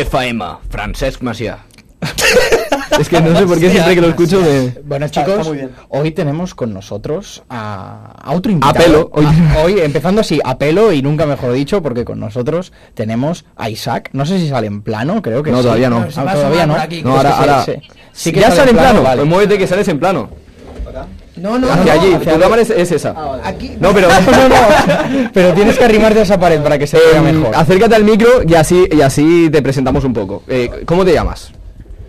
FM, Francesc Maciá. es que no sé por qué siempre que lo escucho me... Bueno, Está- chicos, está muy bien. hoy tenemos con nosotros a, a otro invitado. pelo, hoy- Hoy, hoy, empezando así, a pelo y nunca mejor dicho, porque con nosotros tenemos a Isaac. No sé si sale en plano, creo que No, sí. todavía no. Ah, Se va a todavía asomar no. por aquí, No, Es que ahora, sí, ahora... sí. Sí que ya sale en plano, vale. pues muévete que sales en plano. No, no, Hacia no. allí, tu cámara es, es esa. Aquí. No, pero... No, no, pero tienes que arrimarte a esa pared para que se vea Em, mejor. acércate al micro y así, y así te presentamos un poco. Eh, ¿Cómo te llamas?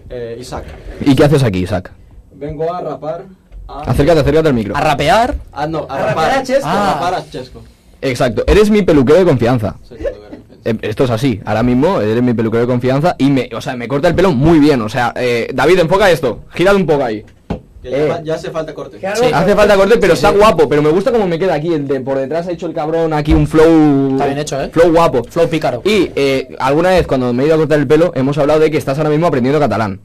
Eh, Isaac. ¿Y qué haces aquí, Isaac? Vengo a rapar a... Acércate, acércate al micro. A rapear. Ah, no, a, A rapar. rapar a Chesco. A Ah. rapar a Chesco. Exacto, eres mi peluquero de confianza. Soy todo verde. Eh, Esto es así, ahora mismo eres mi peluquero de confianza y me, o sea, me corta el pelo muy bien, o sea, eh, David, enfoca esto, gíralo un poco ahí. Que Eh. ya, fa- ya hace falta corte. Claro. Sí. Hace falta corte, pero está guapo, pero me gusta como me queda aquí, el de por detrás ha hecho el cabrón aquí un flow... Está bien hecho, ¿eh? Flow guapo. Flow pícaro. Y eh, alguna vez cuando me he ido a cortar el pelo hemos hablado de que estás ahora mismo aprendiendo catalán.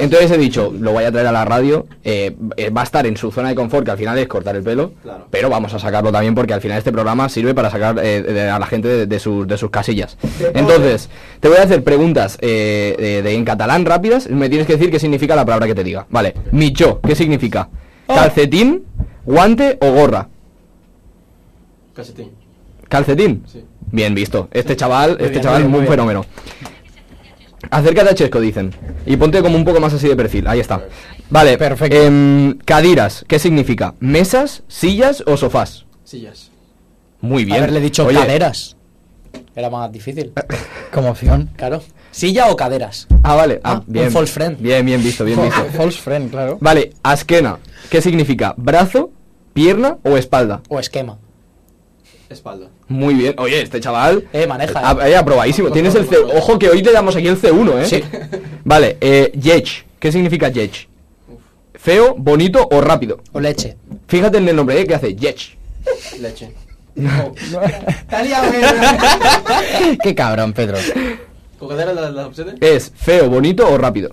Entonces he dicho, lo voy a traer a la radio, eh, eh, va a estar en su zona de confort, que al final es cortar el pelo, Claro. pero vamos a sacarlo también porque al final este programa sirve para sacar eh, de- a la gente de, de sus, de sus casillas. Entonces, te voy a hacer preguntas eh, de- de- en catalán rápidas, me tienes que decir qué significa la palabra que te diga. Vale, micho, ¿qué significa? Oh. ¿Calcetín, guante o gorra? Casetín. ¿Calcetín? Sí. Bien visto. Este chaval, este bien, chaval muy es bien, un muy bien. fenómeno. Acércate a Chesco, dicen. Y ponte como un poco más así de perfil. Ahí está. Vale. Perfecto. em, cadiras, ¿qué significa? ¿Mesas, sillas o sofás? Sillas. Muy bien. Haberle dicho Oye, caderas. Era más difícil. Como opción. Claro. Silla o caderas. Ah, vale. Ah, Ah, un bien. false friend. Bien, bien visto, bien visto. False friend, claro. Vale, asquena, ¿qué significa? ¿Brazo, pierna o espalda? O esquema. Espalda. Muy bien. Oye, este chaval. Eh, Pues maneja, Ah, eh, aprobadísimo. Tienes el C. Ojo que hoy le damos aquí el C1, ¿eh? Sí. Vale, eh, Yech. ¿Qué significa Yech? Feo, bonito o rápido. O leche. Fíjate en el nombre, ¿eh? ¿Qué hace? Yech. Leche. Oh. Está liado, eh. Qué cabrón, Pedro. ¿Cuáles eran las, las opciones? Es feo, bonito o rápido.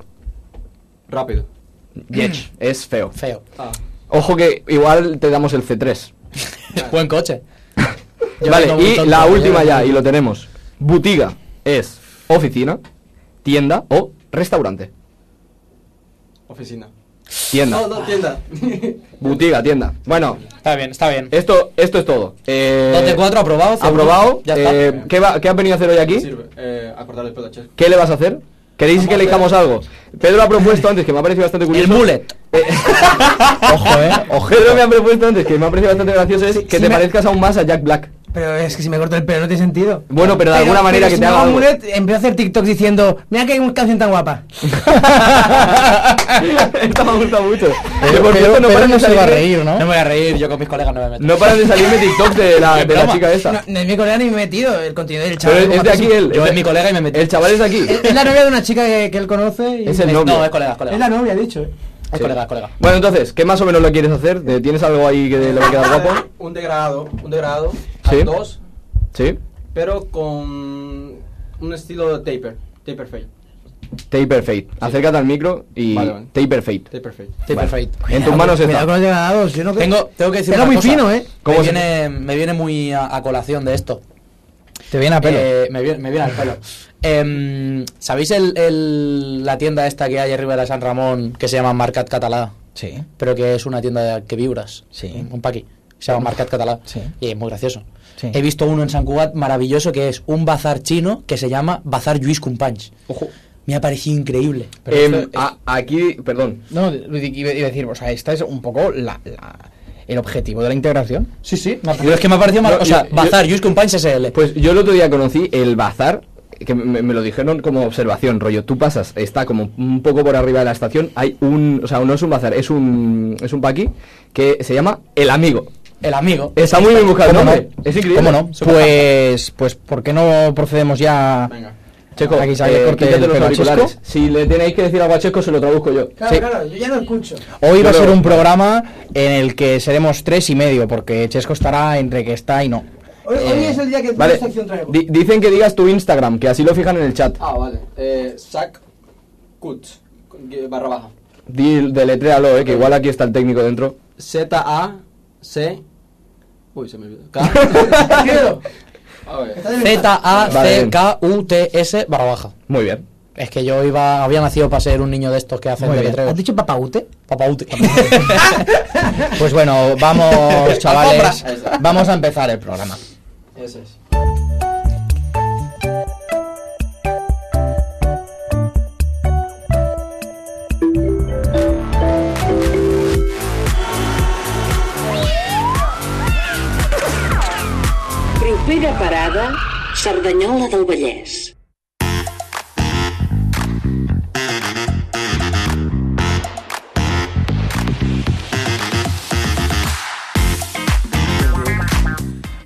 Rápido. Yech. Es feo. Feo. Ah. Ojo que igual te damos el C3. Buen coche. Yo vale, vengo muy y tonto, eh. la yo última vengo ya, muy y lo tonto. tenemos. Butiga es oficina, tienda o restaurante. Oficina. Tienda. No, no, tienda. Butiga, tienda. Bueno, Está bien, está bien. Esto, esto es todo. Eh, Eh, Dos de cuatro, aprobado, cero. Aprobado. Ya está. Eh, ¿qué, va- qué has venido a hacer hoy aquí? Sirve. Eh, a cortar el pelo a Chesco. ¿Qué le vas a hacer? ¿Queréis Vamos que a le ver. digamos algo? Pedro ha propuesto antes, que me ha parecido bastante curioso. El mullet. Eh, Ojo, eh. Ojo. Pedro me ha propuesto antes, que me ha parecido bastante gracioso, es que sí te me- parezcas aún más a Jack Black. Pero es que si me corto el pelo no tiene sentido. Bueno, pero de alguna manera pero que si te me haga hago algo. mulet, empiezo a hacer TikToks diciendo, mira que hay una canción tan guapa. Esto me ha gustado mucho. Que Pero, por pero- cierto, no pero paran no de se va a salirme- reír, No me ¿no? voy a reír, yo con mis colegas no me meto. No paran de salirme TikTok de la, Qué de la broma. chica esta. No, no es mi colega ni me he metido el contenido del chaval. Pero es de aquí él. Yo es mi colega y me metí. El chaval es de aquí. Es la novia de una chica que, que él conoce y... Es el novio. No, es colega, es colega. Es la novia, he dicho. eh. Es Sí. colega, es colega. Bueno, entonces, ¿qué más o menos lo quieres hacer? ¿Te- ¿Tienes algo ahí que le va a quedar guapo? Ah, Un degradado. Un degradado. Sí. A dos. Sí. Pero con un estilo de taper. Taper fade. Taper Fate. Acércate al micro y Vale, vale. Taper Fate. Taper fade. Sí, Vale. perfecto. En tus manos Cuidado con está. los degradados, yo no... Tengo, tengo que decir Era una muy cosa. fino, ¿eh? ¿Cómo Me se- viene, me viene muy a, a colación de esto. Te viene a pelo. Eh, me, viene, me viene al pelo. Em, ¿Sabéis el- el- la tienda esta que hay arriba de la San Ramón que se llama Mercat Catalá? sí. Pero que es una tienda que vibras. Sí. Un, un paqui. Se llama Mercat Catalá. Sí. Y es muy gracioso. Sí. He visto uno en San Cugat maravilloso que es un bazar chino que se llama Bazar Lluís Companys. Ojo. Me ha parecido increíble. Pero Em, esto- a- aquí, perdón. No, lo di- Eh, iba iba a decir, o sea, esta es un poco la, la- el objetivo de la integración. Sí, sí. es que me ha parecido mar- Yo- O sea, yo- Bazar Lluís Companys SL. Pues yo el otro día conocí el bazar, que me, me lo dijeron como observación, rollo. Tú pasas, está como un poco por arriba de la estación, hay un. O sea, no es un bazar, es un. Es un paqui que se llama El Amigo. el amigo. Está muy bien buscado el ¿Cómo no? nombre. Es increíble. ¿Cómo no? Pues, pues, ¿por qué no procedemos ya? Venga. Checo, Aquí sale eh, corte quítate el los pelo a auriculares. Chesco. Si le tenéis que decir algo a Chesco, se lo traduzco yo. Claro, Sí. claro, yo ya no escucho. Hoy va a Yo ser lo- un programa en el que seremos tres y medio, porque Chesco estará entre que está y no. Hoy, hoy es el día que Eh, Vale. tu sección traigo. Di- dicen que digas tu Instagram, que así lo fijan en el chat. Ah, vale. Eh, sac. Cuts. con- gue- Barra baja. Di, deletréalo, eh, que igual aquí está el técnico dentro. Z-A-C. Uy, se me olvidó. K. A ver. Z-A-C-K-U-T-S barra baja. Muy bien. Es que yo iba, había nacido para ser un niño de estos que hacen Muy bien. deletreos. ¿Has dicho papaute? Papaute. Pues bueno, vamos, chavales. Ahí está. vamos a empezar el programa. Eso es. Propera parada, Cerdanyola del Vallès.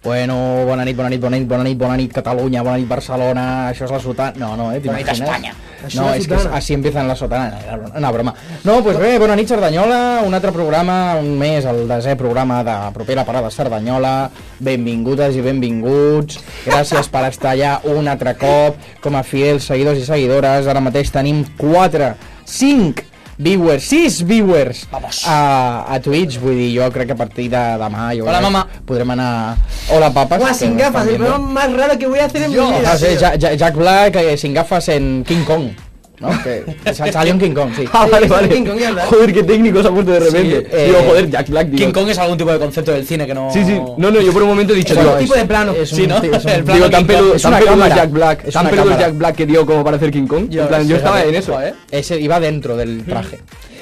Bueno, bona nit, bona nit, bona nit, bona nit, bona nit, Catalunya, bona nit, Barcelona, això és la sotana... No, no, eh, Bona nit, t'imagines? Espanya. No, és que així empiezan la sotana, era una- una broma. No, doncs bé, bona nit, Cerdanyola, un altre programa, un més, el desè programa de propera parada Cerdanyola, benvingudes i benvinguts, gràcies per estar allà un altre cop, com a fiels seguidors i seguidores, ara mateix tenim 4, 5 viewers, 6 viewers Vamos. a, a Twitch, vull dir, jo crec que a partir de demà jo Hola, crec- mamá. podrem anar... Hola, papas. Guau, que sin no están gafas, el viendo. programa más raro que voy a hacer en mi vida. No sé, tío. Ja- Ja- Jack Black eh, sin gafas en King Kong. ¿No? Que sa- salió en King Kong, sí. Ah, vale, sí, vale. King Kong, ya está. Joder, qué técnico se ha puesto de repente. eh, digo, joder, Jack Black, digo. King Kong es algún tipo de concepto del cine que no. Sí, sí. No, no, yo por un momento he dicho, Bueno, digo, es- tipo de plano. es un Sí, ¿no? ti- es un- El plano digo, King tan Kong. peludo, Es tan una peludo es cámara. Jack Black, Es tan una peludo es cámara. Jack Black que dio como para hacer King Kong. en plan, yo estaba en eso. Joder. ¿eh? Ese iba dentro del traje.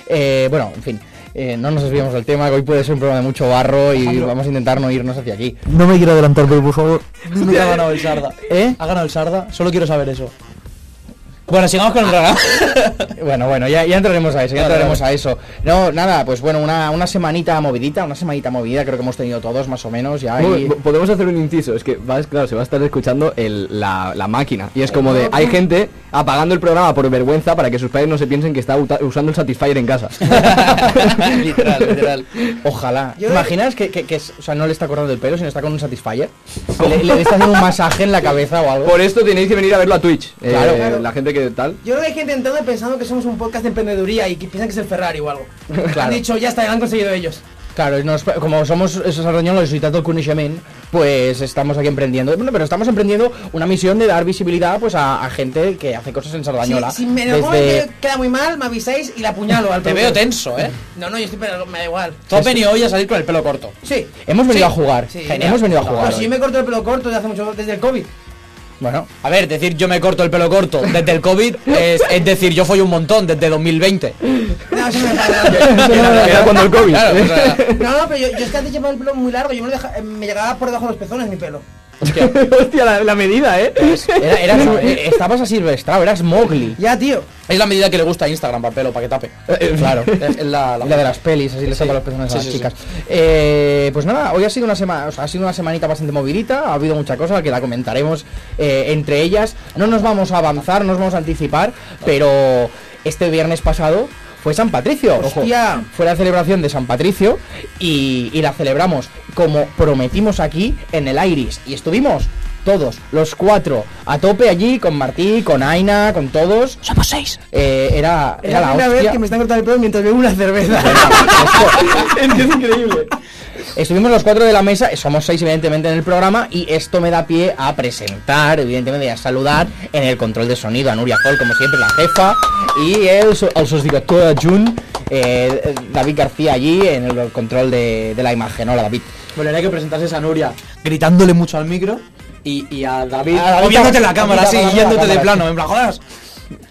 Eh, bueno, en fin. eh, no nos desviamos del tema, que hoy puede ser un programa de mucho barro y vamos a intentar no irnos hacia aquí. No me quiero adelantar, pero por favor. Dime que ha ganado el Sarda. ¿Eh? ¿Ha ganado el Sarda? Solo quiero saber eso. Bueno, sigamos con el programa. Bueno, bueno, ya, ya entraremos a eso, ya Vale, entraremos a eso. No, nada, pues bueno, una, una semanita movidita, una semanita movida, creo que hemos tenido todos más o menos, ya Mo- y- mo- Podemos hacer un inciso, es que vas, claro, se va a estar escuchando el- la, la máquina. Y es como de, hay gente apagando el programa por vergüenza para que sus padres no se piensen que está uta- usando el Satisfyer en casa. literal, literal. Ojalá. Yo- ¿Imaginas que, que, que es- o sea, no le está cortando el pelo, sino está con un satisfier? Le, le está haciendo un masaje en la cabeza o algo. Por esto tenéis que venir a verlo a Twitch. Eh, Claro, claro. La gente que tal. Yo creo que hay gente entrando pensando que somos un podcast de emprendeduría y que piensan que es el Ferrari o algo. Han Claro. dicho, ya está, ya lo han conseguido ellos. Claro, nos- como somos esos arroñolos y tanto conocimiento, pues estamos aquí emprendiendo. Bueno, pero estamos emprendiendo una misión de dar visibilidad pues a, a gente que hace cosas en Sardañola. Si, si me lo desde... queda muy mal, me avisáis y la apuñalo al Te veo productor. tenso, ¿eh? No, no, yo estoy, pero me da igual. Tú has venido hoy a salir con el pelo corto. Sí. Hemos venido Sí. a jugar. Sí. Hemos venido a Pero jugar. si hoy. yo me corto el pelo corto desde hace mucho, desde el COVID. Bueno, A ver, decir yo me corto el pelo corto desde el COVID es, es decir yo fui un montón desde 2020. No, eso no me pasa. Era, era cuando el COVID. ¿eh? Claro, o pues, sea, No, no, pero yo, yo es que antes llevaba el pelo muy largo, yo me, lo deja- eh, me llegaba por debajo de los pezones mi pelo. hostia. Hostia, la, la medida, ¿eh? era- eras- eh, estabas a Silvestrao, eras Mowgli. Ya, tío. Es la medida que le gusta a Instagram para pelo, para que tape. Claro. Eh, Es, es la, la- Y la de las pelis, así les Sí. tapa los pezones Sí, a las sí, sí. chicas. Eh, pues nada, hoy ha sido una semana, o sea, ha sido una semanita bastante movidita, ha habido mucha cosa que la comentaremos eh, entre ellas. No nos vamos a avanzar, no nos vamos a anticipar, pero este viernes pasado fue San Patricio. Ojo. Hostia. Fue la celebración de San Patricio y, y la celebramos como prometimos aquí en el Iris. Y estuvimos todos, los cuatro, a tope allí con Martí, con Aina, con todos. Somos seis. Eh, era, Es la, era la primera vez hostia. que me están cortando el pelo mientras bebo una cerveza. Estuvimos los cuatro de la mesa, somos seis evidentemente en el programa y esto me da pie a presentar, evidentemente, y a saludar en el control de sonido a Nuria Hall, como siempre, la jefa, y el, so- el subdirector Jun, eh, David García allí en el control de, de la imagen. Hola David. Volvería que presentases a Nuria gritándole mucho al micro y, y a David A Ah, David moviéndote la a- cámara a- a- así, a- a- a- yéndote de cámara, plano, en plan, jodas.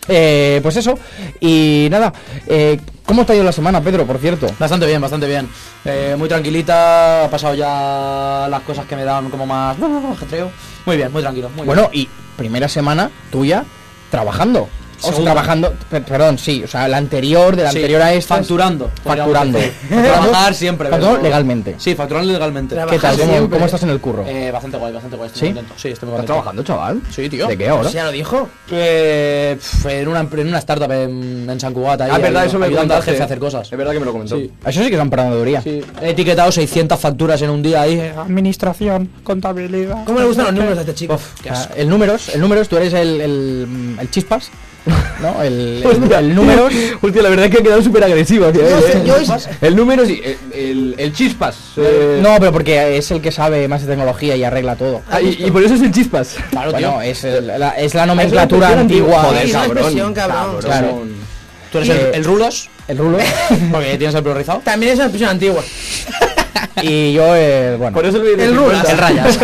Eh, pues eso, y nada, eh, ¿cómo te ha ido la semana, Pedro, por cierto? Bastante bien, bastante bien. Eh, muy tranquilita, ha pasado ya las cosas que me dan como más ajetreo. Muy bien, muy tranquilo. Muy Bueno, y primera semana tuya trabajando. O sea, Segunda. trabajando, per- perdón, sí, o sea, la anterior, de la Sí, anterior a esta. facturando, podríamos Facturando. decir. Facturando- Trabajar siempre, facturando pero- legalmente. bien. Sí, facturando legalmente. ¿Qué tal? Trabajar ¿Cómo, siempre. cómo estás en el curro? Eh, bastante guay, bastante guay. Estoy ¿Sí? muy contento. Sí, estoy muy ¿Estás contento. trabajando, chaval? Sí, tío. ¿De qué ahora? ya lo dijo. Eh, pf, en, una, en una startup en, en San Cugat. Ahí, Ah, es verdad, ayudando- eso me lo ayudando al comentaste. jefe a hacer cosas. Es verdad que me lo comentó. Sí. Eso sí que son emprendeduría. Sí. He etiquetado 600 facturas en un día ahí. Ah, Administración, contabilidad. ¿Cómo le gustan los números a este chico? Ah, el números, el números, tú eres el, el, el chispas. ¿no? El, el, el número. Hostia, la verdad es que ha quedado súper agresiva. Yo sé, yo es- El número sí, eh, el, el chispas. eh, No, pero porque es el que sabe más de tecnología y arregla todo. ah, y, y por eso es el chispas. Claro, bueno, es, el- la, es la Es nomenclatura una antigua, antigua. Sí, joder, es una cabrón, expresión, cabrón. Claro. Tú eres el, el rulos, El rulo. porque tienes el pelo rizado. También es una expresión antigua. y yo, el, bueno. Por eso el, El Rulas. El rayas.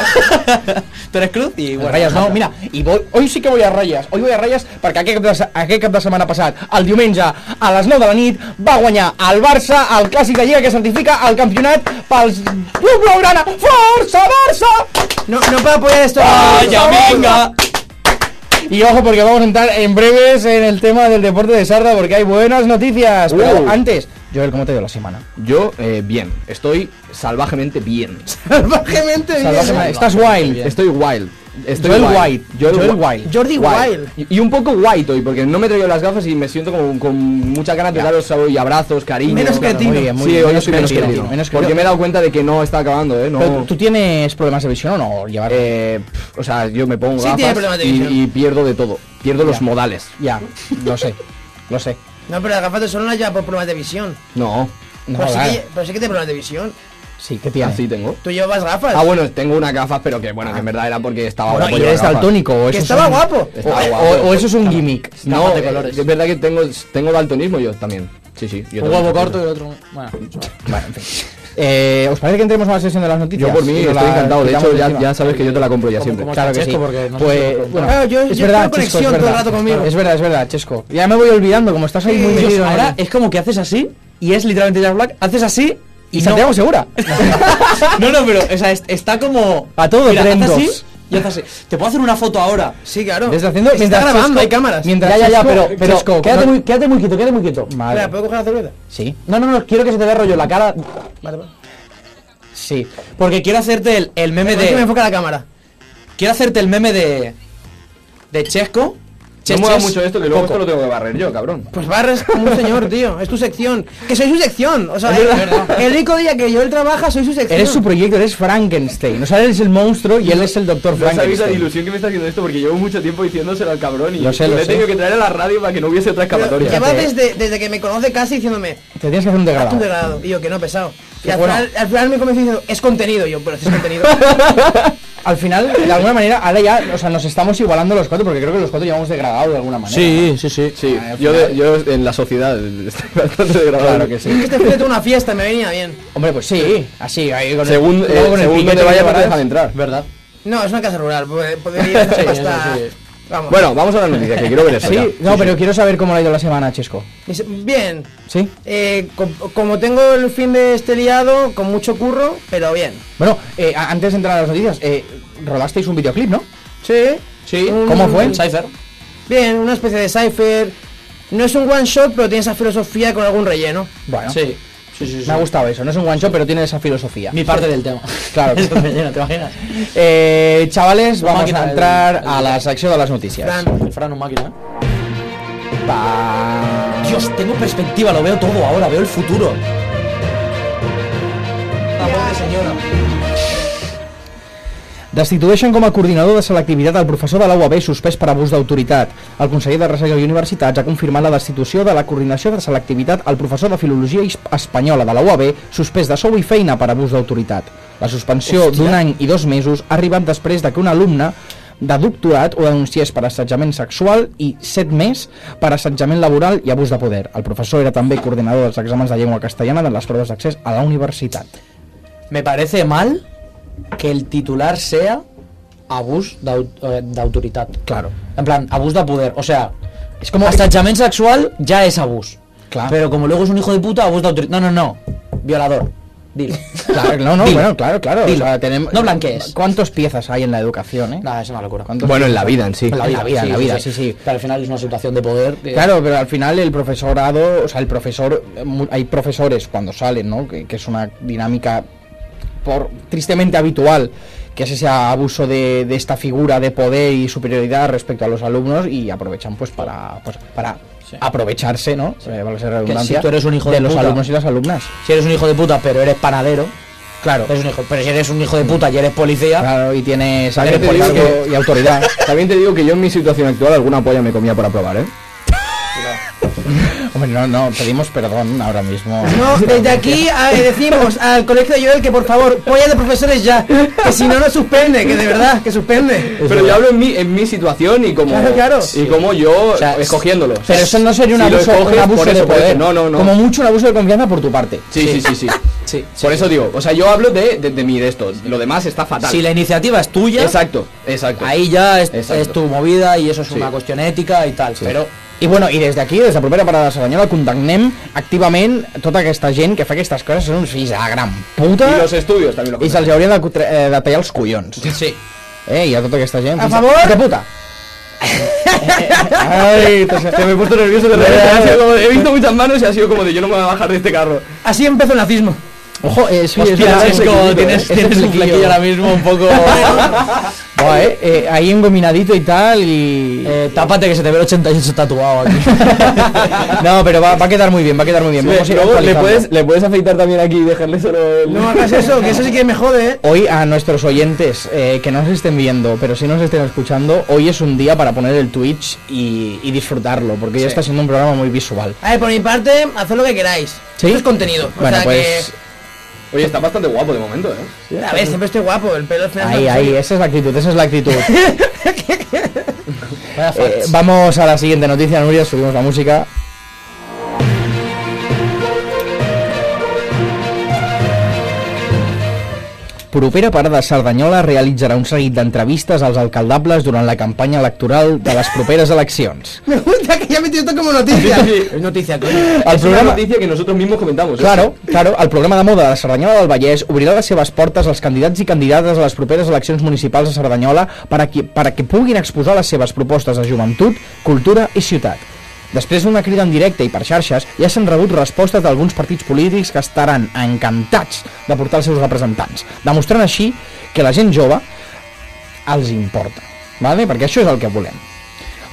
Tú eres cruz y bueno. rayas no, mira, i voy, hoy sí que voy a ratlles, hoy voy a ratlles perquè aquest cap, de, se- aquest cap de setmana passat, el diumenge, a les 9 de la nit, va guanyar el Barça el clàssic de Lliga que certifica el campionat pels Club Blaugrana. Força, Barça! No, no puedo apoyar esto. ¡Vaya, venga! Y ojo porque vamos a entrar en breves en el tema del deporte de Sarda porque hay buenas noticias. Pero Uh. antes, Joel, ¿cómo te dio la semana? Yo, eh, bien. Estoy salvajemente bien. Salvajemente bien. Salvaje- Estás wild. Estoy wild. Estoy Joel wild. White. Joel White. Jordi Wild. Y, y un poco white hoy, porque no me he traído las gafas y me siento con, con muchas ganas de daros hoy abrazos, cariño. Menos Claro, cretino. muy bien, muy Sí, bien. hoy menos soy menos cretino. cretino, menos porque cretino. me he dado cuenta de que no está acabando, ¿eh? No, Pero, ¿Tú tienes problemas de visión o no? Llevar... eh, pf, o sea, yo me pongo Sí, tiene gafas problemas de visión. y, y pierdo de todo. Pierdo los modales. Ya, lo sé, lo sé. No, pero las gafas de sol no las llevas por problemas de visión. No, No, pero, sí claro. que, pero sí que te problemas de visión. Sí, ¿qué tienes? así tengo. Tú llevabas gafas. Ah, bueno, tengo unas gafas, pero que bueno, que en verdad era porque estaba Bueno, guapo y llevar eres gafas. daltónico. o que eso estaba son- guapo. Estaba o- guapo. o- o eso es un gimmick. No, Gafas de eh, colores. es verdad que tengo, tengo daltonismo yo también. Sí, sí. Yo Un tengo huevo daltonismo. corto y el otro. Bueno, Bueno, en fin. Eh, ¿Os parece que entremos a la sesión de las noticias? Yo por mí Y estoy nos la encantado. De quitamos hecho, ya, encima. ya sabes que yo te la compro ya siempre. cómo- Claro que sí. Chesco, porque no sé si lo Ah, pues, preguntaba. bueno, Claro, yo- es yo verdad, tengo Chesco, es conexión todo el verdad. rato conmigo. Es verdad, es verdad, Chesco. Ya me voy olvidando, como estás ahí muy Dios, metido. en ahora el- es como que haces así y es literalmente Jack Black. Haces así y Santiago Segura. no, no, pero o sea, es- está como. A todo Mira, tren haz así dos. y haz así. Te puedo hacer una foto ahora. Sí, claro. Desde haciendo Está mientras grabando, Chesco- hay cámaras. Mientras Ya, ya, ya, pero, Chesco- pero Chesco, quédate, no- muy, quédate muy quieto, quédate muy quieto. Madre. Espera, ¿puedo coger la cerveza? Sí, No, no, no, quiero que se te vea rollo la cara. Vale, vale. Sí. Porque quiero hacerte el, el meme Es que me de. enfoca la cámara. Quiero hacerte el meme de. De Chesco. No Ches, mueva Ches, mucho esto, que luego Coco. esto lo tengo que barrer yo, cabrón. Pues barres como un señor, tío. Es tu sección. Que soy su sección. O sea, el, el único día que Joel trabaja, soy su sección. Eres su proyecto, eres Frankenstein. O sea, eres el monstruo y él es el doctor No sabéis la Frankenstein. ilusión que me está haciendo esto porque llevo mucho tiempo diciéndoselo al cabrón y Lo sé, lo le he sé. tenido que traer a la radio para que no hubiese otra Pero escapatoria. Lleva desde, desde que me conoce casi diciéndome, Te tienes que hacer un tú degradado. degradado. Y yo, que no, pesado. Y Qué al, bueno. final, al final me comenzó diciendo, es contenido. Y yo, pero si es contenido. Al final, de alguna manera, ahora ya, o sea, nos estamos igualando los cuatro porque creo que los cuatro llevamos degradado de alguna manera. Sí, sí, sí. Sí, Ah, yo, de- yo en la sociedad estoy bastante degradado. Claro que sí. este fin de tuve una fiesta, me venía bien. Hombre, pues sí, así, ahí con Según, el, eh, luego con el según piquete donde vayas que no te llevarás. dejan entrar. ¿Verdad? No, es una casa rural. pod- Podría estar hasta... Vamos. Bueno, vamos a la noticia, que quiero ver esto ya. Sí, no, pero quiero saber cómo le ha ido la semana, Chesco. Dice, Bien. ¿Sí? Eh, co- como tengo el fin de este liado, con mucho curro, pero bien. Bueno, eh, a- antes de entrar a las noticias, eh, rodasteis un videoclip, ¿no? Sí. Sí. ¿Cómo fue? El Cypher. Bien, una especie de cipher. No es un one shot, pero tiene esa filosofía con algún relleno. Bueno, Sí. Sí, sí, sí. me ha gustado eso. No es un one shot, pero tiene esa filosofía. Mi parte del tema. Claro. Eso me llena, ¿te imaginas? Eh, chavales, vamos Máquina a del- entrar del- a la sección de las noticias. Fran. El Fran, un máquina. ¿eh? Dios, tengo perspectiva, lo veo todo ahora, veo el futuro. Destitueixen com a coordinador de selectivitat el professor de la UAB suspès per abús d'autoritat. El conseller de Recerca i Universitats ha confirmat la destitució de la coordinació de selectivitat al professor de Filologia Is- Espanyola de la UAB suspès de sou i feina per abús d'autoritat. La suspensió d'un any i dos mesos ha arribat després de que un alumne de doctorat ho denunciés per assetjament sexual i 7 més per assetjament laboral i abús de poder. El professor era també coordinador dels exàmens de llengua castellana de les proves d'accés a la universitat. Me parece mal que el titular sea abús de, au- eh, de autoridad. Claro. En plan, abús de poder. O sea, es como asachamiento sexual ya es abús. Claro. Pero como luego es un hijo de puta, abús de autoridad. No, no, no. Violador. Dilo. Claro, no, no, Dilo. bueno, claro, claro. Dilo. O sea, tenemos, No blanquees. ¿Cuántas piezas hay en la educación, eh? Nada, es una locura. ¿Cuántos- Bueno, en la vida en sí. En la vida, en la vida, sí, sí. Que al final es una situación de poder. que- Claro, pero al final el profesorado, o sea, el profesor, eh, mu- hay profesores cuando salen, ¿no? Que, que es una dinámica por tristemente habitual, que es ese abuso de, de esta figura de poder y superioridad respecto a los alumnos y aprovechan pues para, pues, para aprovecharse, ¿no? Eh, valga la redundancia, si tú eres un hijo de los puta. alumnos y las alumnas. Si eres un hijo de puta, pero eres panadero. Claro. eres un hijo- pero si eres un hijo de puta y eres policía. Claro, y tienes También sangre te por digo cargo que- y autoridad. También te digo que yo en mi situación actual alguna polla me comía por aprobar, ¿eh? Hombre, no, no, pedimos perdón ahora mismo. No, desde aquí a- eh, decimos al colegio de Joel que por favor, polla de profesores ya. Que si no, no suspende, que de verdad, que suspende. Pero yo hablo en mi, en mi situación y como, Claro, claro. Y como yo sea, escogiéndolo. Pero eso no sería un Si lo abuso, un escoges, abuso por de eso, por poder. eso. No, no, no. Como mucho un abuso de confianza por tu parte. Sí, sí, sí, sí. Sí, sí. Por eso digo, o sea, yo hablo de, de, de mí, de esto. Lo demás está fatal. Si la iniciativa es tuya, Exacto, exacto. ahí ya es, Exacto. es tu movida y eso es Sí. una cuestión ética y tal. Pero I bueno, i des d'aquí, des de propera parada de Cerdanyola, condemnem activament tota aquesta gent que fa aquestes coses, són uns fills de la gran puta, Y i, los estudios también lo i se'ls hauria de, cotre- eh, de tallar els collons. sí, Eh, i a tota aquesta gent... A fills de- favor. De puta! Ay, te, me he puesto nervioso de he visto muchas manos y ha sido como de yo no me voy a bajar de este carro. Así empezó el nazismo. Ojo, eh, sí, Hostia, es verdad, es ese como flequillo, tienes- ese tienes un flequillo. flequillo ahora mismo un poco- Buah, eh, eh, ahí engominadito y tal, y... eh, tápate que se te ve el 88 tatuado aquí. no, pero va, va a quedar muy bien, va a quedar muy bien. Vamos a ir Luego le actualizando. puedes, le puedes afeitar también aquí y dejarle solo el... No hagas eso, que eso sí que me jode, eh. Hoy a nuestros oyentes eh, que no nos estén viendo, pero sí nos estén escuchando, hoy es un día para poner el Twitch y, y disfrutarlo, porque ya está siendo un programa muy visual. A ver, por mi parte, haced lo que queráis. ¿Sí? Esto es contenido. O Bueno, sea pues Oye, está bastante guapo de momento, ¿eh? que. A ver, siempre estoy guapo, el pelo al final. ahí, no- ahí, esa es la actitud, esa es la actitud. Vaya Eh, facts. vamos a la siguiente noticia, Nuria, subimos la música. Propera parada de Cerdanyola realitzarà un seguit d'entrevistes als alcaldables durant la campanya electoral de les properes eleccions. Me gusta que ya he metido esto como noticia. Es noticia, coño. El es una programa- noticia que nosotros mismos comentamos. ¿eh? Claro, claro, el programa de moda de Cerdanyola del Vallès obrirà les seves portes als candidats i candidates a les properes eleccions municipals de Cerdanyola per a, qui, per a que puguin exposar les seves propostes de joventut, cultura i ciutat. Després d'una crida en directe i per xarxes, ja s'han rebut respostes d'alguns partits polítics que estaran encantats de portar els seus representants, demostrant així que la gent jove els importa, vale? perquè això és el que volem.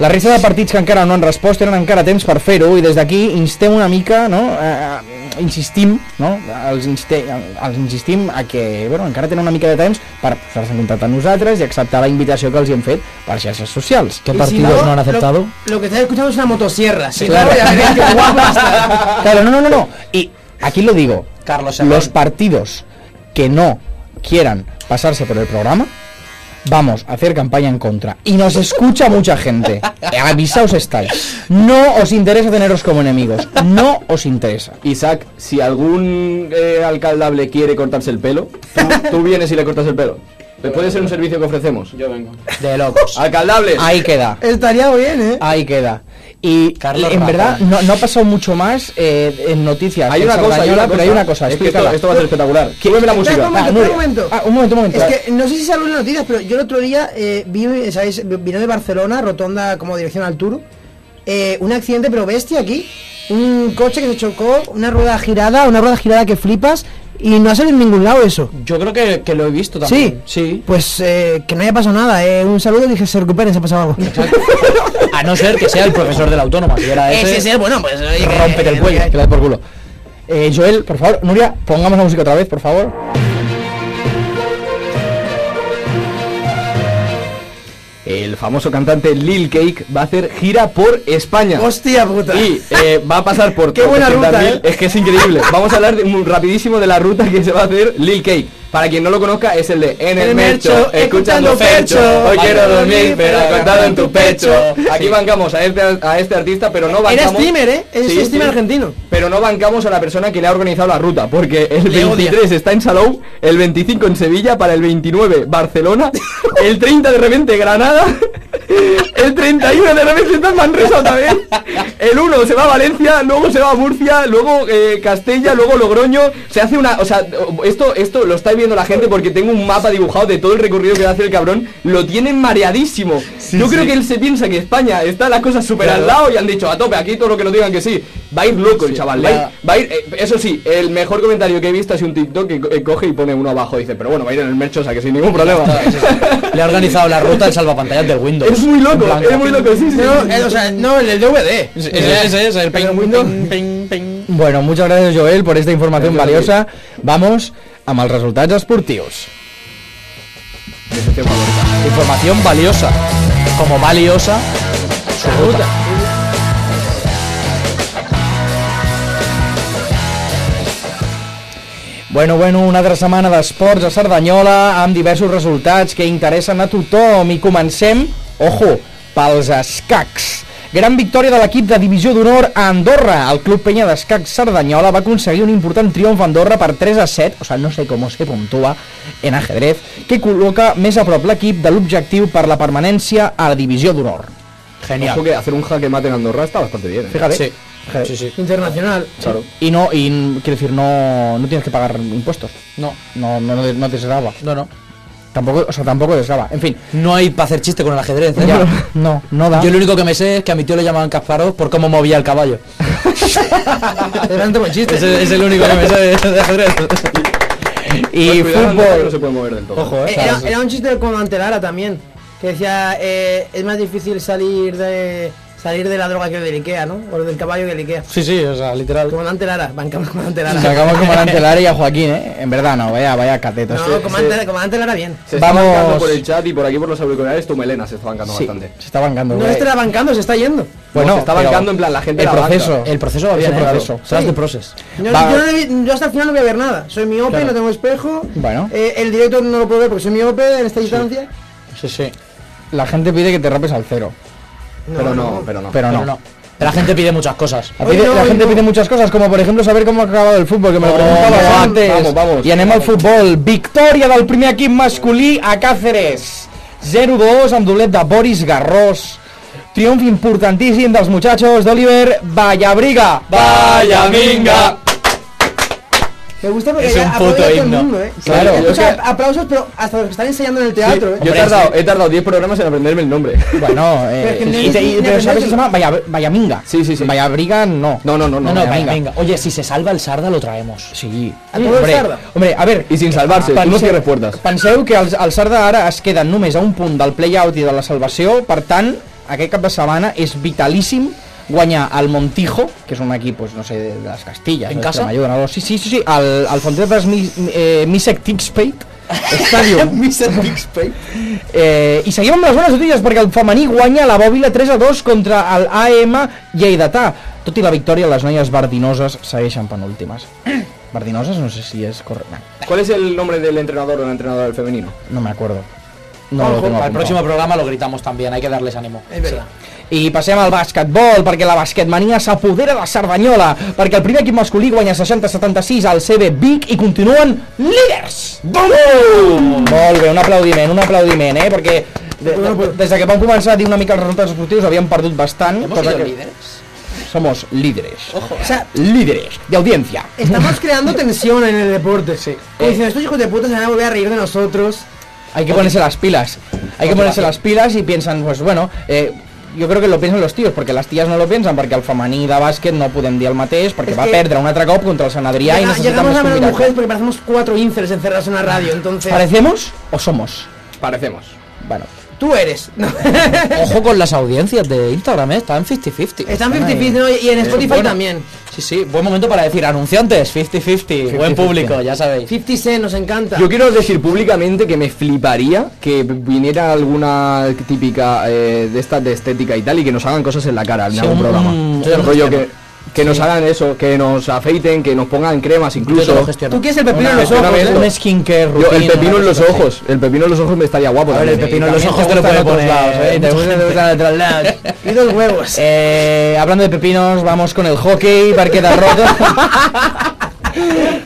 La resta de partits que encara no han respost tenen encara temps per fer-ho i des d'aquí instem una mica, no? Eh, insistim, no? Els, inste, els insistim a que, bueno, encara tenen una mica de temps per posar-se en contacte amb nosaltres i acceptar la invitació que els hi hem fet per xarxes socials. ¿Qué Y si partidos no, han lo- aceptado? Lo, que estáis escuchando es una motosierra. Si Claro. no, ya veréis qué guapo está. Claro, no, no, no, no. Y aquí lo digo. Carlos Herrán. Los partidos que no quieran pasarse por el programa, vamos a hacer campaña en contra. Y nos escucha mucha gente. Avisaos estáis. No os interesa teneros como enemigos. No os interesa. Isaac, si algún eh, alcaldable quiere cortarse el pelo, tú, tú vienes y le cortas el pelo. Pues Puede ser un servicio que ofrecemos. Yo vengo. De locos. Alcaldables. Ahí queda. Estaría bien, eh. Ahí queda. Y Carlos en verdad Rajoy. no, no ha pasado mucho más eh, en noticias. Hay de una cosa, Cerdanyola, pero hay una cosa. Es que esto, explícala. esto va a ser espectacular. Súbeme la Espera, música. espera Ah, un Nuria. momento. Ah, un momento, un momento. Es que no sé si salió en las noticias, pero yo el otro día eh, vi, ¿sabéis? Vino de Barcelona, rotonda como dirección al Tour. eh, un accidente, pero bestia aquí. Un coche que se chocó, una rueda girada, una rueda girada que flipas. Y no ha salido en ningún lado eso. Yo creo que, que lo he visto Sí, también. Sí. Pues eh, que no haya pasado nada. eh, Un saludo y que se recuperen, se ha pasado algo. A no ser que sea el profesor de la autónoma. Si era ese, Ese es el bueno, pues. oye, que- Rómpete el cuello, que le des por culo. Eh, Joel, por favor, Nuria, pongamos la música otra vez, por favor. El famoso cantante Lil Cake va a hacer gira por España. Hostia puta. Y eh, va a pasar por Qué buena 300.000. ruta, ¿eh? Es que es increíble. Vamos a hablar de- muy rapidísimo de la ruta que se va a hacer Lil Cake. Para quien no lo conozca, es el de En el, el Mercho, Mercho, escuchando escuchando Fercho. Fercho. Hoy Vale, quiero dormir, dormir, pero pero acostado en en tu tu pecho. pecho. Aquí bancamos a este, a este artista, pero no Era bancamos... streamer, ¿eh? Es Sí, streamer sí. argentino. Pero no bancamos a la persona que le ha organizado la ruta, porque el Le odia. 23 está en Salou, el 25 en Sevilla, para el 29 Barcelona, el 30 de repente Granada, el 31 de repente está en Manresa otra vez, el 1 se va a Valencia, luego se va a Murcia, luego eh, Castella, luego Logroño, se hace una... O sea, esto, esto lo está viendo la gente porque tengo un mapa dibujado de todo el recorrido que va a hacer el cabrón, lo tienen mareadísimo. Yo creo que él se piensa que España está las cosas súper al lado y han dicho, a tope, aquí todo lo que nos digan que sí. Va a ir loco el chaval, va a ir- va a ir, eh, eso sí, el mejor comentario que he visto es un TikTok que co- eh, coge y pone uno abajo y dice, pero bueno, va a ir en el mercho, o sea que sin ningún problema. Le ha organizado la ruta del salvapantallas del Windows. es muy loco, es muy loco, sí, sí. No, eh, o sea, no, el el DVD. Ese, ese es el Pero ping, Windows- ping, ping, ping. Bueno, muchas gracias Joel por esta información valiosa. Vamos amb els resultats esportius. Información valiosa. Como valiosa, su ruta. Bueno, bueno, una altra setmana d'esports a Cerdanyola amb diversos resultats que interessen a tothom i comencem, ojo, pels escacs. Gran victòria de l'equip de divisió d'honor a Andorra. El club Penya d'Escacs Cerdanyola va aconseguir un important triomf a Andorra per 3 a 7, o sea, no sé com se puntúa en ajedrez, que col·loca més a prop l'equip de l'objectiu per la permanència a la divisió d'honor. Ojo Genial. que hacer un jaque mate en Andorra está bastante bien. ¿eh? Fíjate. Sí. Fíjate. Sí, sí. Internacional. Claro. Y no, y n- quiero decir, no, no tienes que pagar impuestos. No. No, no, no, des- no desgrava. No, no. Tampoco, o sea, tampoco desgrava. En fin. No hay para hacer chiste con el ajedrez. ¿eh? Ya, no, no da. Yo lo único que me sé es que a mi tío le llamaban Kasparov por cómo movía el caballo. Adelante, buen chiste. Ese es el único que me sé de, de ajedrez. Y Cuidado, Andorra no fútbol. se puede mover del todo. Ojo, eh. Eh, era, era un chiste como ante Lara también. Que decía, eh, es más difícil salir de salir de la droga que del Ikea, ¿no? O del caballo que del Ikea. Sí, sí, o sea, literal. Comandante Lara, van con- comandante Lara. Sacamos como delante el área y a Joaquín, eh. En verdad no, vaya, vaya cateto. No, sí, comandante, sí. comandante Lara bien. Se está Vamos. bancando por el chat y por aquí por los auriculares tu melena se está bancando Sí, bastante. se está bancando. No este güey. estará bancando, se está yendo. No, Pues se está pero bancando en plan, la gente El la banca. proceso. El proceso va Ese bien, ¿eh? proceso. Claro. Tras de process. Yo, Va. yo no debí- yo hasta el final no voy a ver nada. Soy miope, no tengo espejo. Bueno. Eh, el directo no lo puedo ver porque soy miope en esta distancia. Sí, sí. La gente pide que te rapes al cero, Pero no, Ah, pero no. pero Pero no. no. La gente pide muchas cosas. La, Hoy pide- no, la hoy gente no. pide muchas cosas, como por ejemplo saber cómo ha acabado el fútbol, que me lo preguntabas vamos, antes. vamos, vamos. I anem al futbol. Victòria del primer equip masculí a Càceres. 0-2 amb doblet de Boris Garros. Triomf importantíssim dels muchachos d'Oliver Vallabriga. Vaya minga! Me gusta porque Es ya un aplaude puto todo el himno. mundo, ¿eh? Claro. O sea, aplausos, pero hasta los que están enseñando en el Sí, teatro, ¿eh? yo he tardado, he tardado 10 programas en aprenderme el nombre. Bueno, eh, Pero que y te- y- no- pero no- ¿sabes que se llama? Vaya, Vallaminga. Sí, sí, sí. Vallabriga no. No, no, no, no. No, no, venga. venga. Oye, si se salva el Sarda, lo traemos. Sí. A todo el Hombre, Sarda. hombre, Eh, a ver, Y sin salvarse, tú no cierres puertas. Penseu que els, el Sarda ara es queden només a un punt del play-out i de la salvació, per tant, aquest cap de setmana és vitalíssim guanyar al Montijo, que és un equip, pues, no sé, de de les Castillas, En de casa? Extremadura, no? Sí, sí, sí, sí, al, al Fontretas Mi- eh, Misek Tixpeit, Stadium. eh, I seguim amb les bones notícies, perquè el femení guanya la Bòbila 3 a 2 contra el AM Lleidatà. Tot i la victòria, les noies verdinoses segueixen penúltimes. verdinoses, no sé si és correcte. ¿Cuál es el nombre del entrenador o la entrenadora del femenino? No me acuerdo. No lo Ojo, tengo al apuntado. próximo programa lo gritamos también, hay que darles ánimo. Es verdad. I passem al basquetbol, perquè la basquetmania s'apodera de Cerdanyola, perquè el primer equip masculí guanya 60-76 al CB Vic i continuen líders! Molt bé, un aplaudiment, un aplaudiment, eh? Perquè de, de, des de que vam començar a dir una mica els resultats esportius havíem perdut bastant. cosa que- Somos líderes. O sea, Líderes de audiencia. estamos creando tensión en el deporte. Sí. dicen, estos hijos de puta se van a volver a reír de nosotros. Hay que ponerse las pilas. Hay que ponerse las pilas y piensan, pues bueno, eh, yo creo que lo piensan los tíos, perquè les ties no lo pensen, perquè el femení de bàsquet no podem dir el mateix, perquè És va que- perdre un altre cop contra el Sant Adrià i Llega- necessita llegamos més a menos mujeres convidats. porque parecemos cuatro incels encerrados en una radio, entonces... ¿Parecemos o somos? Pues Parecemos. Bueno, Tú eres. No. Ojo con las audiencias de Instagram, ¿eh? están 50-50. Están 50-50 ¿no? y en Spotify también. Sí, sí, buen momento para decir anunciantes, 50-50, buen público, ya sabéis. 50 Cent nos encanta. Yo quiero decir públicamente que me fliparía que viniera alguna típica eh, de estas de estética y tal y que nos hagan cosas en la cara en algún un- programa. un- El rollo que, que nos hagan eso, que nos afeiten, que nos pongan cremas Yo te lo incluso. gestiono. Tú quieres el pepino en los Una- ojos, una- ¿eh? una- un skincare rutina... Yo, el pepino en una los cosa així. ojos, el pepino en los ojos me estaría guapo. ver, el también. pepino en los También ojos te lo gustan puede otros poner lados, ¿eh? Te mucha gustan- te gustan otros lados. Y dos huevos. Eh, hablando de pepinos, vamos con el hockey, perquè derrota...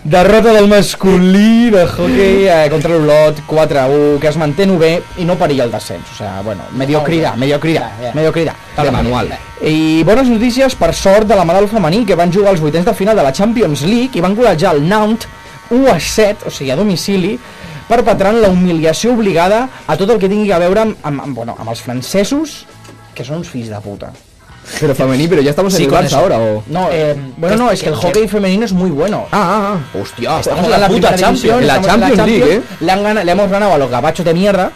derrota del masculí de hockey eh, contra l'Olot 4-1, que es manté bé i no perilla el descens. O sigui, bueno, mediocrida, mediocrida, mediocrida. De manual. I bones notícies, per sort, de la mà del femení, que van jugar als vuitens de final de la Champions League i van golejar el Nantes 1 a 7, o sigui, a domicili, perpetrant la humiliació obligada a tot el que tingui a veure amb, amb, amb, bueno, amb els francesos, que són uns fills de puta. Pero femení, pero ya estamos en Sí, el con Barça eso. ahora o. No, eh, bueno, no, es que el hockey femenino es muy bueno. Ah, ah, ah. Hostia, Estamos en la puta primera Champions, eh. división, en la estamos Champions League, Le, han gana- le hemos ganado a los gabachos de mierda.